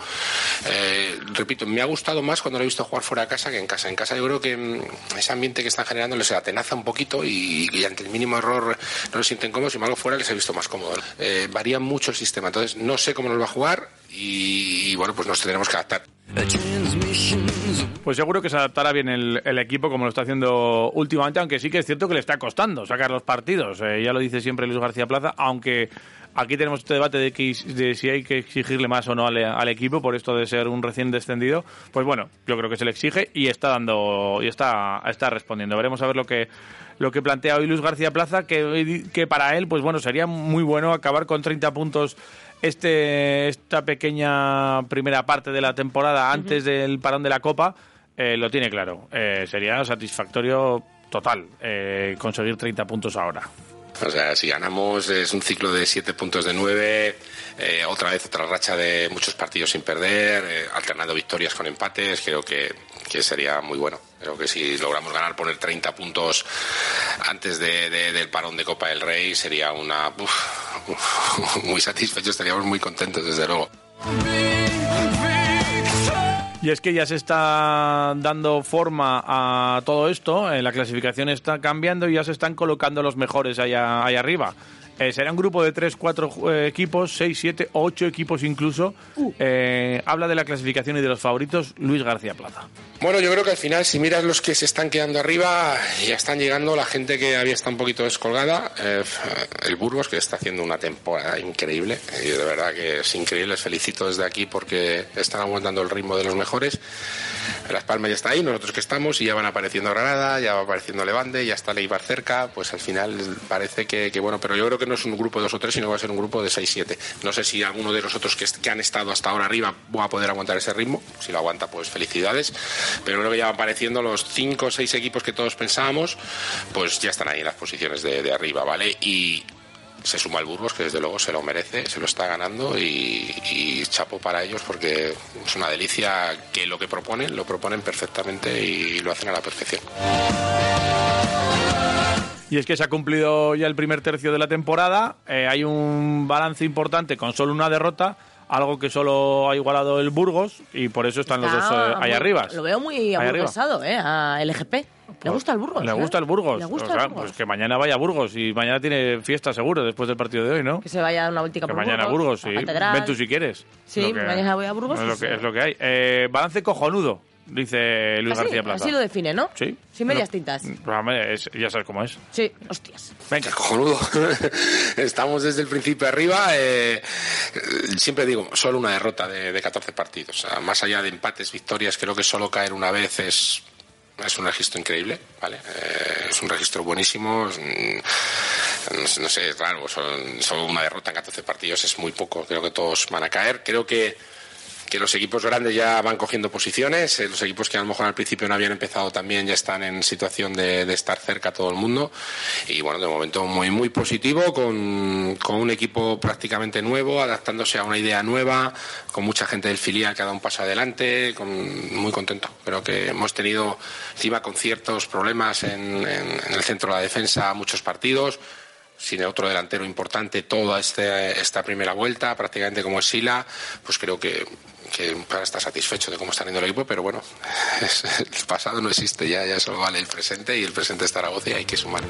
Speaker 6: eh, repito, me ha gustado más cuando lo he visto jugar fuera de casa que en casa. En casa yo creo que mm, ese ambiente que están generando les atenaza un poquito y, y ante el mínimo error no se sienten cómodos y malo fuera les he visto más cómodos. Eh, varía mucho el sistema, entonces no sé cómo nos va a jugar y, y bueno, pues nos tendremos que adaptar.
Speaker 1: Pues seguro que se adaptará bien el, el equipo como lo está haciendo últimamente, aunque sí que es cierto que le está costando sacar los partidos. Eh, ya lo dice siempre Luis García Plaza, aunque aquí tenemos este debate de, que- de si hay que exigirle más o no al, al equipo por esto de ser un recién descendido. Pues bueno, yo creo que se le exige y está dando y está, está respondiendo. Veremos a ver lo que lo que plantea hoy Luis García Plaza, que, hoy di- que para él, pues bueno, sería muy bueno acabar con 30 puntos este, esta pequeña primera parte de la temporada antes del parón de la Copa, eh, lo tiene claro. Eh, sería satisfactorio total eh, conseguir 30 puntos ahora.
Speaker 6: O sea, si ganamos es un ciclo de 7 puntos de 9, otra vez otra racha de muchos partidos sin perder, eh, alternando victorias con empates, creo que, que sería muy bueno. Creo que si logramos ganar, poner 30 puntos antes de- de- del parón de Copa del Rey, sería una... uf, muy satisfechos, estaríamos muy contentos, desde luego.
Speaker 1: Y es que ya se está dando forma a todo esto, eh, la clasificación está cambiando y ya se están colocando los mejores allá, allá arriba. Eh, será un grupo de 3, 4 equipos, 6, 7, 8 equipos incluso. Eh, habla de la clasificación y de los favoritos Luis García Plaza.
Speaker 6: Bueno, yo creo que al final, si miras los que se están quedando arriba, ya están llegando la gente que había estado un poquito descolgada. Eh, el Burgos, que está haciendo una temporada increíble. Y de verdad que es increíble. Les felicito desde aquí porque están aguantando el ritmo de los mejores. Las Palmas ya está ahí, nosotros que estamos, y ya van apareciendo Granada, ya va apareciendo Levante, ya está Leibar cerca, pues al final parece que, que bueno, pero yo creo que no es un grupo de dos o tres, sino va a ser un grupo de seis, siete. No sé si alguno de los otros que, est- que han estado hasta ahora arriba va a poder aguantar ese ritmo, si lo aguanta, pues felicidades, pero creo que ya van apareciendo los cinco o seis equipos que todos pensábamos, pues ya están ahí en las posiciones de, de arriba, ¿vale? Y se suma el Burgos, que desde luego se lo merece, se lo está ganando y, y chapo para ellos porque es una delicia que lo que proponen, lo proponen perfectamente y lo hacen a la perfección.
Speaker 1: Y es que se ha cumplido ya el primer tercio de la temporada. eh, hay un balance importante con solo una derrota, algo que solo ha igualado el Burgos y por eso están los dos
Speaker 2: Está
Speaker 1: eh,
Speaker 2: Ah, muy-
Speaker 1: allá arriba.
Speaker 2: Lo veo muy
Speaker 1: Allá arriba. Pues
Speaker 2: aburresado, ¿eh? A LGP. Le gusta el Burgos.
Speaker 1: Le
Speaker 2: ¿eh?
Speaker 1: gusta el Burgos.
Speaker 2: Le gusta
Speaker 1: O sea,
Speaker 2: el Burgos.
Speaker 1: Pues que mañana vaya a Burgos y mañana tiene fiesta seguro después del partido de hoy, ¿no?
Speaker 2: Que se vaya a una vueltica
Speaker 1: Que
Speaker 2: por
Speaker 1: mañana a Burgos,
Speaker 2: Burgos.
Speaker 1: sí.
Speaker 2: la Catedral.
Speaker 1: Ven tú si quieres.
Speaker 2: Sí,
Speaker 1: Lo que-
Speaker 2: mañana voy a Burgos,
Speaker 1: Es lo
Speaker 2: sí,
Speaker 1: que,
Speaker 2: sí.
Speaker 1: es lo que hay. Eh, balance cojonudo, dice Luis
Speaker 2: Así,
Speaker 1: García Plaza.
Speaker 2: ¿Ah, así lo define, ¿no?
Speaker 1: Sí. Mm.
Speaker 2: Sin medias
Speaker 1: No.
Speaker 2: tintas.
Speaker 1: Pero, pues, hombre, es- ya sabes cómo es.
Speaker 2: Sí, hostias.
Speaker 1: Venga.
Speaker 6: cojonudo. Estamos desde el principio arriba. eh, eh, siempre digo, solo una derrota de, de 14 partidos. O sea, más allá de empates, victorias, creo que solo caer una vez es, es un registro increíble. ¿vale? Eh, es un registro buenísimo. es, mm, no, sé- no sé, es raro. son- solo una derrota en 14 partidos es muy poco. Creo que todos van a caer. Creo que que los equipos grandes ya van cogiendo posiciones, eh, los equipos que a lo mejor al principio no habían empezado también ya están en situación de, de estar cerca a todo el mundo y bueno, de momento muy muy positivo con, con un equipo prácticamente nuevo, adaptándose a una idea nueva, con mucha gente del filial que ha dado un paso adelante, con, muy contento. Creo que hemos tenido encima con ciertos problemas en- en- en el centro de la defensa muchos partidos, sin otro delantero importante toda este- esta primera vuelta, prácticamente como es Sila, pues creo que, que Prada está satisfecho de cómo está yendo el equipo, pero bueno, el pasado no existe ya, ya solo vale el presente y el presente es Zaragoza y hay que sumar.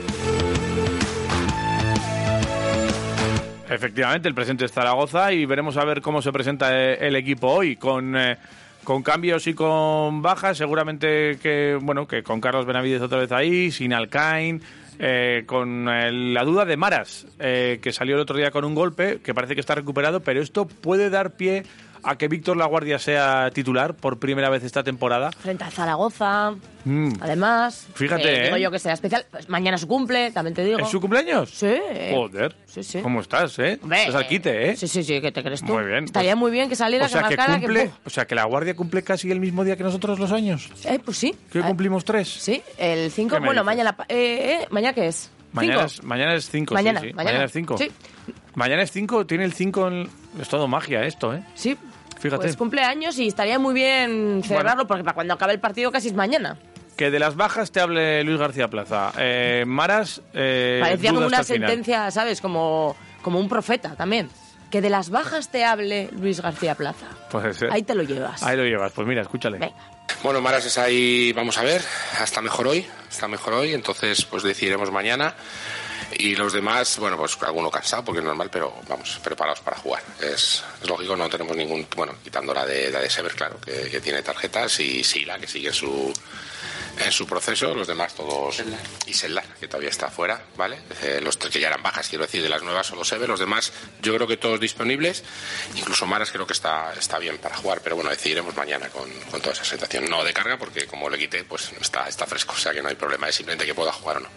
Speaker 1: Efectivamente, el presente es Zaragoza y veremos a ver cómo se presenta eh, el equipo hoy con... eh, con cambios y con bajas, seguramente que bueno que con Carlos Benavides otra vez ahí, sin Alcain, eh, con eh, la duda de Maras, eh, que salió el otro día con un golpe, que parece que está recuperado, pero esto puede dar pie a que Víctor Laguardia sea titular por primera vez esta temporada.
Speaker 2: Frente a Zaragoza, además.
Speaker 1: Mm. Fíjate,
Speaker 2: que digo
Speaker 1: ¿eh?
Speaker 2: yo que será especial. Pues mañana es su cumple, también te digo.
Speaker 1: ¿Es su cumpleaños?
Speaker 2: Sí.
Speaker 1: Joder.
Speaker 2: Sí, sí.
Speaker 1: ¿Cómo estás, eh?
Speaker 2: Hombre,
Speaker 1: Estás al quite, ¿eh?
Speaker 2: Sí, sí, sí, ¿qué te crees tú?
Speaker 1: Muy bien,
Speaker 2: Estaría
Speaker 1: pues-
Speaker 2: muy bien que saliera,
Speaker 1: o sea,
Speaker 2: que
Speaker 1: que
Speaker 2: marcara,
Speaker 1: cumple,
Speaker 2: que...
Speaker 1: o sea, que la Guardia cumple casi el mismo día que nosotros los años.
Speaker 2: ¡puf! Eh, pues sí.
Speaker 1: Que hoy
Speaker 2: Ah,
Speaker 1: cumplimos tres.
Speaker 2: Sí, el 5,
Speaker 1: ¿Qué me
Speaker 2: bueno,
Speaker 1: dices?
Speaker 2: mañana... pa- Eh, eh, ¿Mañana qué es?
Speaker 1: Mañana
Speaker 2: ¿Cinco?
Speaker 1: es, mañana es cinco. sí,
Speaker 2: Mañana,
Speaker 1: sí.
Speaker 2: mañana.
Speaker 1: es cinco.
Speaker 2: Sí.
Speaker 1: Mañana es cinco, tiene el cinco. en- Es todo magia esto, ¿eh?
Speaker 2: Sí.
Speaker 1: Fíjate.
Speaker 2: Pues cumpleaños y estaría muy bien celebrarlo porque para cuando acabe el partido casi es mañana.
Speaker 1: Que de las bajas te hable Luis García Plaza. Eh, Maras. Eh,
Speaker 2: Parecía
Speaker 1: duda
Speaker 2: como una
Speaker 1: hasta el final.
Speaker 2: sentencia, ¿sabes? Como, como un profeta también. Que de las bajas te hable Luis García Plaza.
Speaker 1: Puede ser.
Speaker 2: Ahí te lo llevas.
Speaker 1: Pues, eh, Ahí lo llevas. Pues mira, escúchale.
Speaker 2: Venga.
Speaker 6: Bueno, Maras es ahí, vamos a ver, hasta mejor hoy, hasta mejor hoy, entonces pues decidiremos mañana. Y los demás, bueno, pues alguno cansado porque es normal, pero vamos, preparados para jugar. Es, es lógico, no tenemos ningún, bueno, quitando la de, la de Sever, claro, que, que tiene tarjetas y Sila, que sigue en su, en su proceso, los demás todos... Y Sellar, que todavía está fuera, ¿vale? Eh, los tres que ya eran bajas, quiero decir, de las nuevas solo Sever, los demás yo creo que todos disponibles, incluso Maras creo que está, está bien para jugar, pero bueno, decidiremos mañana con, con toda esa situación. No de carga, porque como le quité, pues está, está fresco, o sea que no hay problema, es simplemente que pueda jugar o no.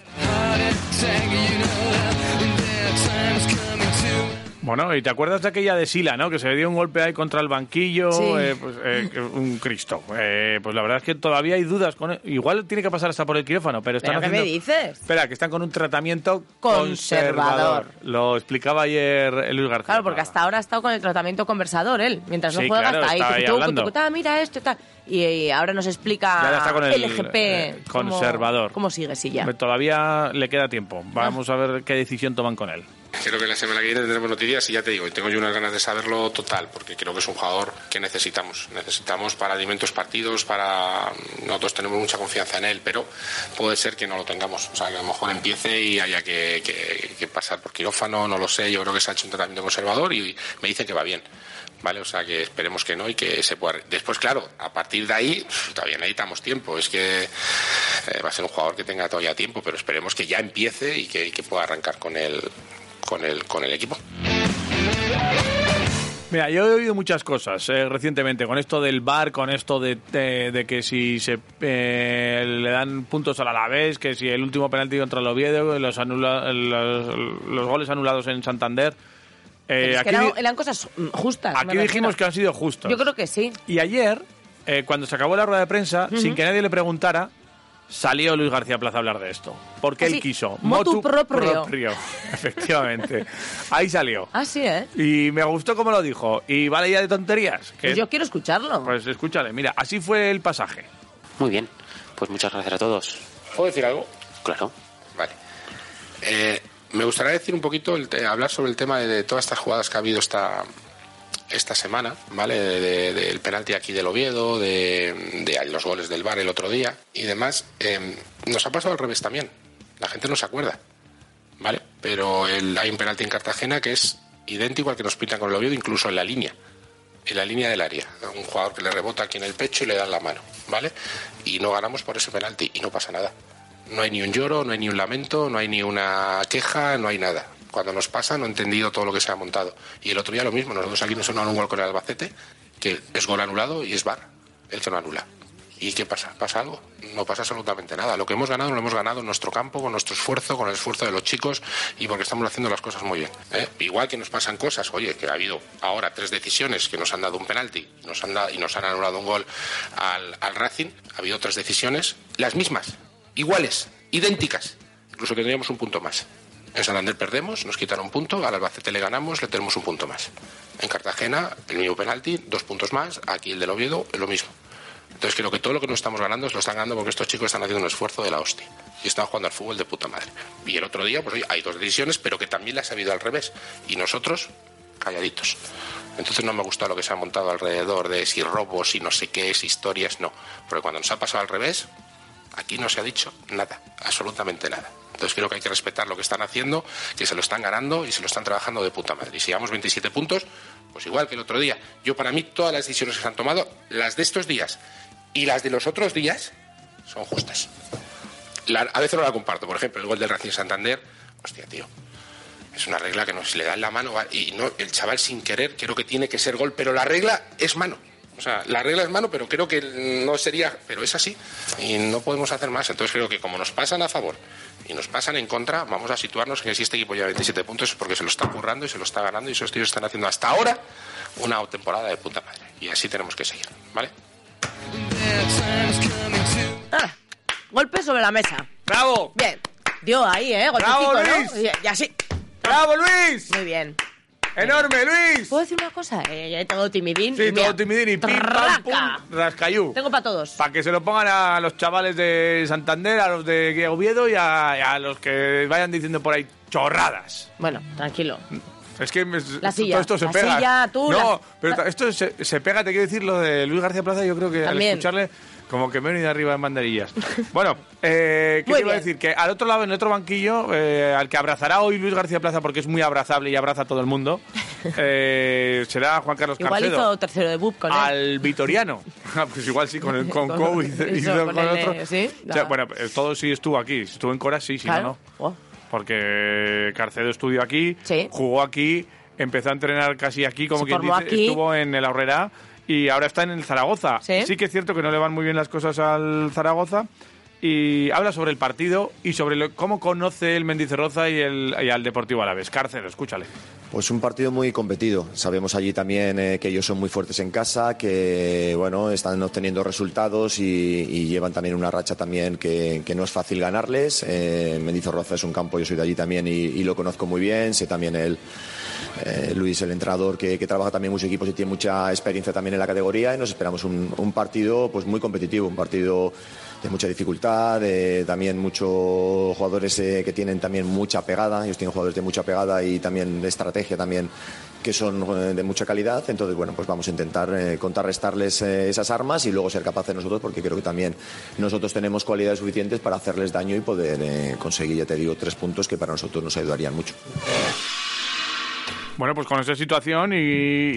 Speaker 1: Bueno, y te acuerdas de aquella de Sila, ¿no? Que se dio un golpe ahí contra el banquillo,
Speaker 2: Sí.
Speaker 1: eh, pues, eh, que- un Cristo. Eh, pues la verdad es que todavía hay dudas. Con Igual tiene que pasar hasta por el quirófano, pero están
Speaker 2: ¿Pero qué me
Speaker 1: haciendo-
Speaker 2: dices?
Speaker 1: Espera, que están con un tratamiento
Speaker 2: Conservador.
Speaker 1: conservador. Lo explicaba ayer eh, Luis García.
Speaker 2: Claro, porque hasta ahora ha estado con el tratamiento conversador él. Mientras no
Speaker 1: Sí,
Speaker 2: juega,
Speaker 1: claro,
Speaker 2: está ahí.
Speaker 1: estaba ahí
Speaker 2: tucu, tucu,
Speaker 1: hablando.
Speaker 2: tucu, ta, mira esto y tal. Y, y ahora nos explica
Speaker 1: Y ahora está con el,
Speaker 2: LGP.
Speaker 1: eh,
Speaker 2: cómo-
Speaker 1: conservador.
Speaker 2: Cómo, sigue, sí, ya.
Speaker 1: Pero Todavía le queda tiempo. Vamos a ver qué decisión toman con él.
Speaker 6: Creo que la semana que viene tendremos noticias y ya te digo, y tengo yo unas ganas de saberlo total, porque creo que es un jugador que necesitamos. Necesitamos para alimentos partidos, para. mm, Nosotros tenemos mucha confianza en él, pero puede ser que no lo tengamos. O sea, que a lo mejor empiece y haya que, que- que pasar por quirófano, no lo sé. Yo creo que se ha hecho un tratamiento conservador y me dicen que va bien. ¿Vale? O sea, que esperemos que no y que se pueda. Después, claro, a partir de ahí todavía necesitamos tiempo. Es que eh, va a ser un jugador que tenga todavía tiempo, pero esperemos que ya empiece y que, y que pueda arrancar con el, con el, con el equipo.
Speaker 1: Mira, yo he oído muchas cosas eh, recientemente con esto del bar, con esto de, de- de que si se eh, le dan puntos al Alavés, que si el último penalti contra el Oviedo, los, anula- los, los goles anulados en Santander. Eh,
Speaker 2: Pero es que
Speaker 1: aquí
Speaker 2: eran,
Speaker 1: di-
Speaker 2: eran cosas mm, justas.
Speaker 1: aquí
Speaker 2: me
Speaker 1: dijimos que
Speaker 2: refiero.
Speaker 1: han sido justos.
Speaker 2: Yo creo que sí.
Speaker 1: Y ayer, eh, cuando se acabó la rueda de prensa, sin que nadie le preguntara, salió Luis García Plaza a hablar de esto. Porque
Speaker 2: Así,
Speaker 1: él quiso.
Speaker 2: Ah, motu proprio.
Speaker 1: Efectivamente. Ahí salió.
Speaker 2: Ah, sí, ¿eh?
Speaker 1: Y me gustó como lo dijo. Y vale ya de tonterías. que-
Speaker 2: Pues yo quiero escucharlo.
Speaker 1: pues escúchale, mira, así fue el pasaje.
Speaker 7: Muy bien, pues muchas gracias a todos.
Speaker 6: ¿Puedo decir algo?
Speaker 7: Claro.
Speaker 6: Vale. Eh, me gustaría decir un poquito, el te- hablar sobre el tema de, de todas estas jugadas que ha habido esta, esta semana, ¿vale? De- de- del penalti aquí del Oviedo, de, de los goles del Bar el otro día y demás. Eh, nos ha pasado al revés también. La gente no se acuerda, ¿vale? Pero el- hay un penalti en Cartagena que es idéntico al que nos pintan con el Oviedo, incluso en la línea. En la línea del área. Un jugador que le rebota aquí en el pecho y le dan la mano, ¿vale? Y no ganamos por ese penalti y no pasa nada. No hay ni un lloro, no hay ni un lamento, no hay ni una queja, no hay nada. Cuando nos pasa no he entendido todo lo que se ha montado. Y el otro día lo mismo, nosotros aquí nos sonaron un gol con el Albacete, que es gol anulado y es VAR, el que no anula. ¿Y qué pasa? ¿Pasa algo? No pasa absolutamente nada. Lo que hemos ganado lo hemos ganado en nuestro campo, con nuestro esfuerzo, con el esfuerzo de los chicos y porque estamos haciendo las cosas muy bien. ¿eh? Igual que nos pasan cosas, oye, que ha habido ahora tres decisiones que nos han dado un penalti nos han dado- y nos han anulado un gol al, al Racing, ha habido tres decisiones, las mismas, iguales, idénticas, incluso que teníamos un punto más. En Santander perdemos, nos quitaron un punto, al Albacete le ganamos, le tenemos un punto más. En Cartagena, el mismo penalti, dos puntos más, aquí el del Oviedo, lo mismo. Entonces creo que todo lo que nos estamos ganando se lo están ganando porque estos chicos están haciendo un esfuerzo de la hostia y están jugando al fútbol de puta madre. Y el otro día, pues oye, hay dos decisiones, pero que también las ha habido al revés. Y nosotros, calladitos. Entonces no me ha gustado lo que se ha montado alrededor de si robos, si no sé qué, si historias, no. Porque cuando nos ha pasado al revés, Aquí no se ha dicho nada, absolutamente nada. Entonces creo que hay que respetar lo que están haciendo, que se lo están ganando y se lo están trabajando de puta madre. Y si llevamos 27 puntos, pues igual que el otro día. Yo para mí todas las decisiones que se han tomado, las de estos días y las de los otros días, son justas. La- a veces no la comparto. Por ejemplo, el gol del Racing Santander, hostia, tío. Es una regla que nos le dan la mano y no, el chaval sin querer creo que tiene que ser gol, pero la regla es mano. O sea, la regla es mano, pero creo que no sería, pero es así y no podemos hacer más. Entonces creo que como nos pasan a favor y nos pasan en contra, vamos a situarnos en que si este equipo lleva 27 puntos es porque se lo está currando y se lo está ganando y esos tíos están haciendo hasta ahora una temporada de puta madre. Y así tenemos que seguir, ¿vale?
Speaker 2: Ah, golpe sobre la mesa.
Speaker 1: ¡Bravo!
Speaker 2: Bien. Dio ahí, ¿eh? Golpecito,
Speaker 1: Bravo,
Speaker 2: ¿no?
Speaker 1: Luis.
Speaker 2: Y- Y así.
Speaker 1: ¡Bravo, Luis!
Speaker 2: Muy bien.
Speaker 1: ¡Enorme, Luis!
Speaker 2: ¿Puedo decir una cosa? Eh, ya todo timidín.
Speaker 1: Sí,
Speaker 2: y mira,
Speaker 1: todo timidín y pim, pam,
Speaker 2: ¡traca!
Speaker 1: pum, rascayú.
Speaker 2: Tengo para todos.
Speaker 1: Para que se lo pongan a los chavales de Santander, a los de Guía Oviedo y a, y a los que vayan diciendo por ahí chorradas.
Speaker 2: Bueno, tranquilo.
Speaker 1: Es que me-
Speaker 2: silla,
Speaker 1: todo esto se
Speaker 2: la
Speaker 1: pega.
Speaker 2: silla, tú,
Speaker 1: no,
Speaker 2: la-
Speaker 1: pero ta- esto se, se pega, te quiero decir, lo de Luis García Plaza, yo creo que
Speaker 2: También.
Speaker 1: al escucharle, como que me he venido arriba en banderillas. bueno, eh, ¿qué
Speaker 2: Muy
Speaker 1: te iba a
Speaker 2: bien.
Speaker 1: decir? Que al otro lado, en el otro banquillo, eh, al que abrazará hoy Luis García Plaza, porque es muy abrazable y abraza a todo el mundo, eh, será Juan Carlos
Speaker 2: Igual
Speaker 1: Carcedo
Speaker 2: hizo tercero de bub con él.
Speaker 1: al vitoriano. Ah, pues igual sí, con, el, con,
Speaker 2: Con-
Speaker 1: Cou hizo-
Speaker 2: eso,
Speaker 1: hizo
Speaker 2: con
Speaker 1: con,
Speaker 2: el,
Speaker 1: otro.
Speaker 2: eh, sí,
Speaker 1: O sea,
Speaker 2: la-
Speaker 1: bueno, eh, todo sí estuvo aquí. Si estuvo en Cora, sí, si no,
Speaker 2: Claro.
Speaker 1: no.
Speaker 2: Oh.
Speaker 1: Porque Carcedo estudió aquí,
Speaker 2: Sí.
Speaker 1: jugó aquí, empezó a entrenar casi aquí, como
Speaker 2: Se
Speaker 1: quien dice,
Speaker 2: formó aquí.
Speaker 1: estuvo en el Aurrera y ahora está en el Zaragoza.
Speaker 2: Sí.
Speaker 1: que es cierto que no le van muy bien las cosas al Zaragoza. Y habla sobre el partido y sobre lo- cómo conoce el Mendizorroza y, el, y al Deportivo Alavés. Carcedo, escúchale.
Speaker 8: Pues un partido muy competido. Sabemos allí también eh, que ellos son muy fuertes en casa, que bueno, están obteniendo resultados y, y llevan también una racha también que, que no es fácil ganarles. Eh, Mendizorroza es un campo, yo soy de allí también y, y lo conozco muy bien. Sé también el eh, Luis, el entrenador que, que trabaja también muchos equipos y tiene mucha experiencia también en la categoría y nos esperamos un, un partido pues muy competitivo, un partido de mucha dificultad, de también muchos jugadores eh, que tienen también mucha pegada, ellos tienen jugadores de mucha pegada y también de estrategia también que son eh, de mucha calidad, entonces bueno, pues vamos a intentar eh, contrarrestarles eh, esas armas y luego ser capaces nosotros porque creo que también nosotros tenemos cualidades suficientes para hacerles daño y poder eh, conseguir, ya te digo, tres puntos que para nosotros nos ayudarían mucho.
Speaker 1: Bueno, pues con esa situación y,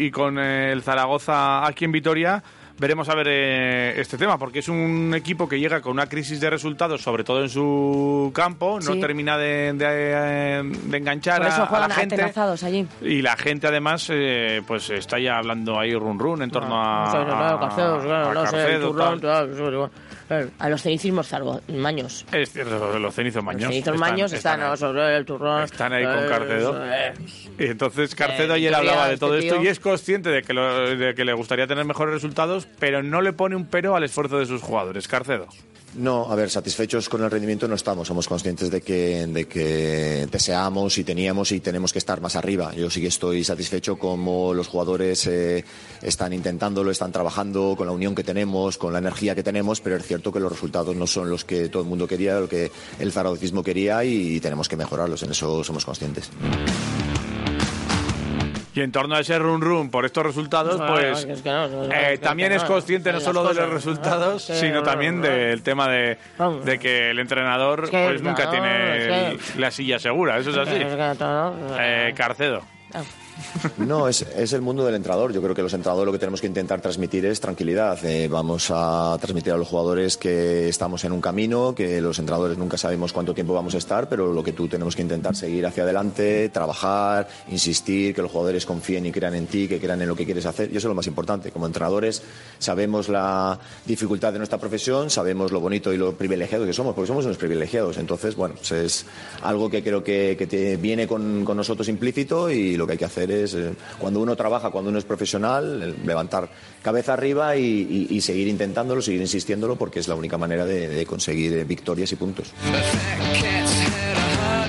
Speaker 1: y con eh, el Zaragoza aquí en Vitoria, veremos a ver eh, este tema, porque es un equipo que llega con una crisis de resultados, sobre todo en su campo, no
Speaker 2: Sí.
Speaker 1: termina de, de- de enganchar
Speaker 2: Por eso
Speaker 1: a, a
Speaker 2: juegan
Speaker 1: la gente.
Speaker 2: atenazados allí.
Speaker 1: Y la gente además eh, pues está ya hablando ahí run run en torno a,
Speaker 2: No sé, no, no,
Speaker 1: Ah, a-
Speaker 2: Carcedo, Ah. Pues, claro,
Speaker 1: a
Speaker 2: no sé,
Speaker 1: Carcedo,
Speaker 2: turrón,
Speaker 1: tal.
Speaker 2: tal, eso, igual. Claro, Eh, A los cenicismos zarbo- maños.
Speaker 1: Es cierto, los cenizos maños.
Speaker 2: los cenizos maños están,
Speaker 1: ahí.
Speaker 2: ¿no? sobre el turrón.
Speaker 1: Están ahí con
Speaker 2: eh,
Speaker 1: Carcedo.
Speaker 2: eh.
Speaker 1: Y entonces Carcedo
Speaker 2: Eh,
Speaker 1: ayer
Speaker 2: teoría
Speaker 1: hablaba
Speaker 2: de
Speaker 1: de
Speaker 2: este
Speaker 1: todo esto
Speaker 2: tío.
Speaker 1: y es consciente de que, lo- de que le gustaría tener mejores resultados, pero no le pone un pero al esfuerzo de sus jugadores. Carcedo.
Speaker 8: No, a ver, satisfechos con el rendimiento no estamos. Somos conscientes de que, de que deseamos y teníamos y tenemos que estar más arriba. Yo sí que estoy satisfecho como los jugadores eh, están intentándolo, están trabajando, con la unión que tenemos, con la energía que tenemos, pero es cierto que los resultados no son los que todo el mundo quería, lo que el zaragocismo quería y tenemos que mejorarlos. En eso somos conscientes.
Speaker 1: Y en torno a ese run run por estos resultados,
Speaker 2: No, no,
Speaker 1: pues
Speaker 2: es que no, no, no,
Speaker 1: eh,
Speaker 2: es que
Speaker 1: también
Speaker 2: no,
Speaker 1: es
Speaker 2: no,
Speaker 1: consciente
Speaker 2: en
Speaker 1: no
Speaker 2: las
Speaker 1: solo de
Speaker 2: cosas,
Speaker 1: los
Speaker 2: no,
Speaker 1: resultados,
Speaker 2: es que
Speaker 1: sino
Speaker 2: no,
Speaker 1: también
Speaker 2: no,
Speaker 1: del tema de,
Speaker 2: No,
Speaker 1: de que el entrenador
Speaker 2: es que
Speaker 1: pues
Speaker 2: no,
Speaker 1: nunca tiene
Speaker 2: es
Speaker 1: la silla segura. Eso es así. Eh, Carcedo.
Speaker 8: No, es, es el mundo del entrenador. Yo creo que los entrenadores lo que tenemos que intentar transmitir es tranquilidad. Eh, vamos a transmitir a los jugadores que estamos en un camino, que los entrenadores nunca sabemos cuánto tiempo vamos a estar, pero lo que tú tenemos que intentar seguir hacia adelante, trabajar, insistir, que los jugadores confíen y crean en ti, que crean en lo que quieres hacer. Y eso es lo más importante. Como entrenadores sabemos la dificultad de nuestra profesión, sabemos lo bonito y lo privilegiado que somos, porque somos unos privilegiados. Entonces, bueno, pues es algo que creo que, que te viene con, con nosotros implícito y lo que hay que hacer es, eh, cuando uno trabaja, cuando uno es profesional, eh, levantar cabeza arriba y, y- y seguir intentándolo, seguir insistiéndolo, porque es la única manera de, de conseguir eh, victorias y puntos.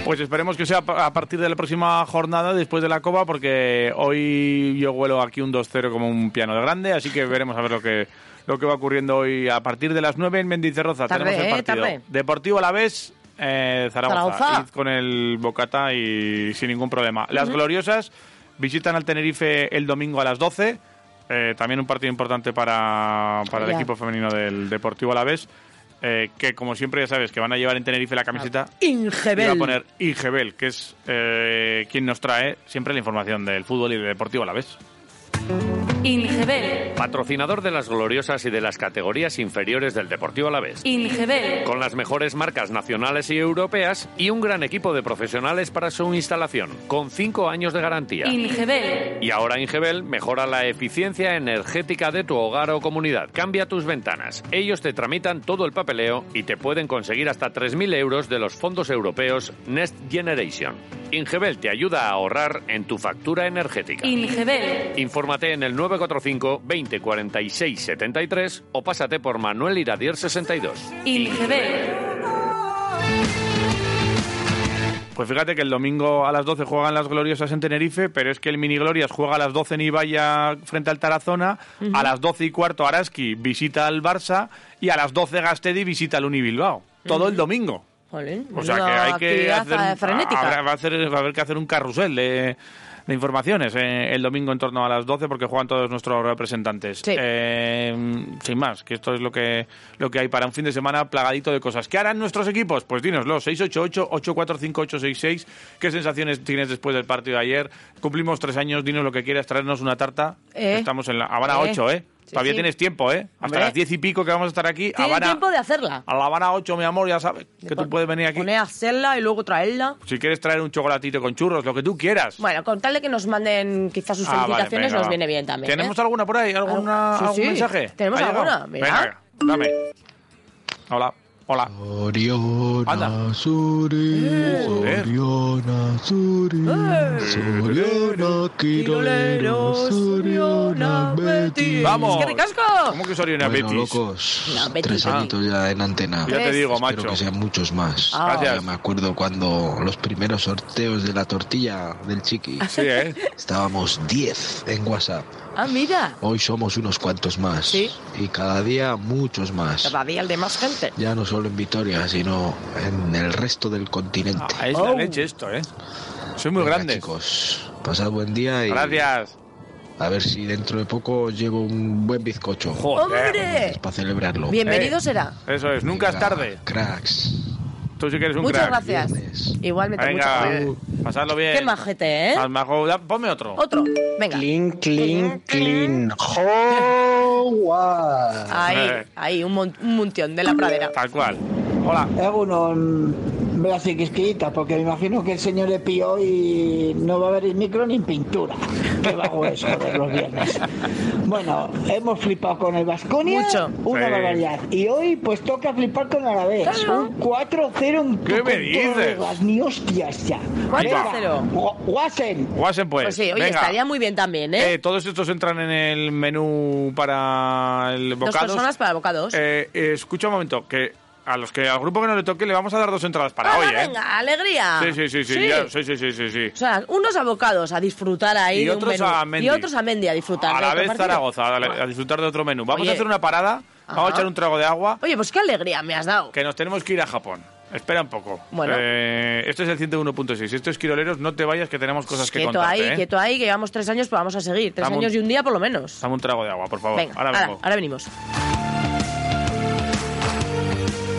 Speaker 1: Pues esperemos que sea pa- a partir de la próxima jornada, después de la Copa, porque hoy yo huelo aquí un 2-0 como un piano de grande, así que veremos a ver lo que, lo que va ocurriendo hoy a partir de las 9 en Mendizorroza.
Speaker 2: Tarde,
Speaker 1: Tenemos el
Speaker 2: ¿eh?
Speaker 1: partido.
Speaker 2: Tarde.
Speaker 1: Deportivo a la vez, eh, Zaragoza.
Speaker 2: Zaragoza.
Speaker 1: Id con el Bocata y sin ningún problema. Las Gloriosas visitan al Tenerife el domingo a las 12. eh, también un partido importante para, para el
Speaker 2: Ya.
Speaker 1: equipo femenino del Deportivo Alavés, eh, que como siempre ya sabes que van a llevar en Tenerife la camiseta
Speaker 2: Ingebel.
Speaker 1: Iba a poner Igebel, que es eh, quien nos trae siempre la información del fútbol y del deportivo a la vez.
Speaker 2: Ingebel,
Speaker 9: Patrocinador de las gloriosas y de las categorías inferiores del Deportivo Alavés.
Speaker 2: Ingebel,
Speaker 9: Con las mejores marcas nacionales y europeas y un gran equipo de profesionales para su instalación, con 5 años de garantía.
Speaker 2: Ingebel,
Speaker 9: Y ahora Ingebel mejora la eficiencia energética de tu hogar o comunidad. Cambia tus ventanas. Ellos te tramitan todo el papeleo y te pueden conseguir hasta 3.000 euros de los fondos europeos Next Generation. Ingebel te ayuda a ahorrar en tu factura energética.
Speaker 2: Ingebel,
Speaker 9: Infórmate en el 945 20 46 73 o pásate por Manuel Iradier 62.
Speaker 2: Ingebel,
Speaker 1: Pues fíjate que el domingo a las 12 juegan las gloriosas en Tenerife, pero es que el Mini Glorias juega a las 12 en Ibaya frente al Tarazona, a las 12 y cuarto Araski visita al Barça y a las 12 Gastedi visita al Unibilbao. Todo el domingo.
Speaker 2: Jolín,
Speaker 1: O sea que
Speaker 2: menuda
Speaker 1: hay que
Speaker 2: actividad,
Speaker 1: hacer,
Speaker 2: eh, frenética.
Speaker 1: habrá- va, a hacer- va a haber que hacer un carrusel de, de informaciones eh, el domingo en torno a las 12 porque juegan todos nuestros representantes.
Speaker 2: Sí.
Speaker 1: Eh, sin más, que esto es lo que, lo que hay para un fin de semana plagadito de cosas. ¿Qué harán nuestros equipos? Pues dínoslo, 688-845-866. ¿Qué sensaciones tienes después del partido de ayer? Cumplimos tres años, dinos lo que quieras, traernos una tarta.
Speaker 2: Eh.
Speaker 1: Estamos en la Habana
Speaker 2: Eh.
Speaker 1: 8, ¿eh?
Speaker 2: Sí,
Speaker 1: Todavía
Speaker 2: sí.
Speaker 1: tienes tiempo, ¿eh? Hasta
Speaker 2: Hombre.
Speaker 1: las 10 y pico que vamos a estar aquí.
Speaker 2: Tienen
Speaker 1: Habana-
Speaker 2: tiempo de hacerla.
Speaker 1: a La Habana 8, mi amor, ya sabes Ah, que tú puedes venir aquí.
Speaker 2: Poner a hacerla y luego traerla.
Speaker 1: Si quieres traer un chocolatito con churros, lo que tú quieras.
Speaker 2: Bueno, con tal de que nos manden quizás sus
Speaker 1: Ah, vale,
Speaker 2: felicitaciones,
Speaker 1: venga,
Speaker 2: nos
Speaker 1: va.
Speaker 2: viene bien también. ¿eh?
Speaker 1: ¿Tenemos alguna por ahí? ¿Alguna,
Speaker 2: Sí,
Speaker 1: ¿Algún
Speaker 2: sí.
Speaker 1: mensaje?
Speaker 2: Tenemos
Speaker 1: ¿Ha llegado?
Speaker 2: alguna, mira.
Speaker 1: Venga, dame. Hola, hola. Anda. Joder.
Speaker 2: Quiroleros, Oriona, Betis.
Speaker 1: ¡Vamos!
Speaker 2: ¡Qué ricasco!
Speaker 1: ¿Cómo que soy una Betis?
Speaker 2: No, Betis, Tres Betis. añitos
Speaker 10: ya en antena.
Speaker 1: Ya te
Speaker 2: Tres.
Speaker 1: digo, macho.
Speaker 10: muchos más.
Speaker 2: Ah.
Speaker 1: Gracias.
Speaker 10: Me acuerdo cuando los primeros sorteos de la tortilla del chiqui
Speaker 1: Sí, ¿eh?
Speaker 10: estábamos 10 en WhatsApp.
Speaker 2: Ah, mira.
Speaker 10: Hoy somos unos cuantos más.
Speaker 2: Sí.
Speaker 10: Y cada día muchos más.
Speaker 2: Cada día el de más gente.
Speaker 10: Ya no solo en Vitoria, sino en el resto del continente.
Speaker 1: Ah, es la
Speaker 2: Oh.
Speaker 1: leche esto, ¿eh? Soy muy
Speaker 10: Venga,
Speaker 1: grande.
Speaker 10: Chicos, pasad buen día y
Speaker 1: Gracias.
Speaker 10: a ver si dentro de poco llevo un buen bizcocho
Speaker 1: Joder.
Speaker 2: ¡Hombre!
Speaker 10: para celebrarlo.
Speaker 2: Bienvenido
Speaker 1: Eh.
Speaker 2: será.
Speaker 1: Eso es, nunca es
Speaker 10: Venga,
Speaker 1: tarde.
Speaker 10: Cracks.
Speaker 1: Tú sí que eres un
Speaker 2: Muchas
Speaker 1: crack.
Speaker 2: gracias.
Speaker 10: Viernes.
Speaker 2: Igualmente, muchas
Speaker 1: Venga,
Speaker 2: gracias.
Speaker 1: pasadlo bien.
Speaker 2: Qué majete, ¿eh?
Speaker 1: Al majo- da- Ponme otro.
Speaker 2: Otro. Venga.
Speaker 10: Clean, clean, clean. Howard.
Speaker 2: Ahí,
Speaker 1: Eh.
Speaker 2: ahí, un, mon- un muntión de la pradera.
Speaker 1: Tal cual. Hola.
Speaker 11: Egunon, Blaziquisquita, porque me imagino que el señor le pilló y no va a haber micro ni pintura. Qué bajo eso de los viernes. Bueno, hemos flipado con el Vasconia.
Speaker 2: Mucho.
Speaker 11: Una
Speaker 1: Sí.
Speaker 11: barbaridad. Y hoy, pues toca flipar con Alavés.
Speaker 2: Claro.
Speaker 11: Un 4-0 en tu-
Speaker 1: ¿Qué
Speaker 11: con
Speaker 1: me
Speaker 11: todo
Speaker 1: dices?
Speaker 11: reglas, Ni hostias ya.
Speaker 2: 4-0.
Speaker 11: Venga, Gu- Guasen.
Speaker 1: Guasen, pues.
Speaker 2: Pues sí, oye,
Speaker 1: Venga.
Speaker 2: estaría muy bien también, ¿eh?
Speaker 1: Eh, todos estos entran en el menú para el
Speaker 2: Dos
Speaker 1: bocados.
Speaker 2: personas para bocados.
Speaker 1: Eh, eh, escucha un momento, que a los que al grupo que no le toque le vamos a dar dos entradas para
Speaker 2: Ala,
Speaker 1: hoy, ¿eh?
Speaker 2: venga, alegría.
Speaker 1: Sí, sí, sí, sí, ya, sí, sí, sí, sí, sí.
Speaker 2: O sea, unos abocados a disfrutar ahí
Speaker 1: Y
Speaker 2: de un
Speaker 1: otros
Speaker 2: menú.
Speaker 1: a Mendy.
Speaker 2: Y otros a Mendy a disfrutar. ¿eh?
Speaker 1: A
Speaker 2: de
Speaker 1: la
Speaker 2: otro
Speaker 1: vez
Speaker 2: partido.
Speaker 1: Zaragoza, a, la- a disfrutar de otro menú. Vamos
Speaker 2: Oye.
Speaker 1: a hacer una parada, vamos a
Speaker 2: Ajá.
Speaker 1: echar un trago de agua,
Speaker 2: Oye, pues qué alegría me has dado.
Speaker 1: que nos tenemos que ir a Japón. Espera un poco.
Speaker 2: Bueno.
Speaker 1: Eh, esto es el 101.6. Esto es Quiroleros, no te vayas que tenemos cosas que
Speaker 2: quieto
Speaker 1: contarte,
Speaker 2: ahí,
Speaker 1: ¿eh?
Speaker 2: quieto ahí, que llevamos tres años, pero vamos a seguir. Tres
Speaker 1: Estamos-
Speaker 2: años y un día por lo menos.
Speaker 1: Dame un trago de agua, por favor.
Speaker 2: Venga,
Speaker 1: ahora
Speaker 2: ahora,
Speaker 1: vengo.
Speaker 2: ahora venimos.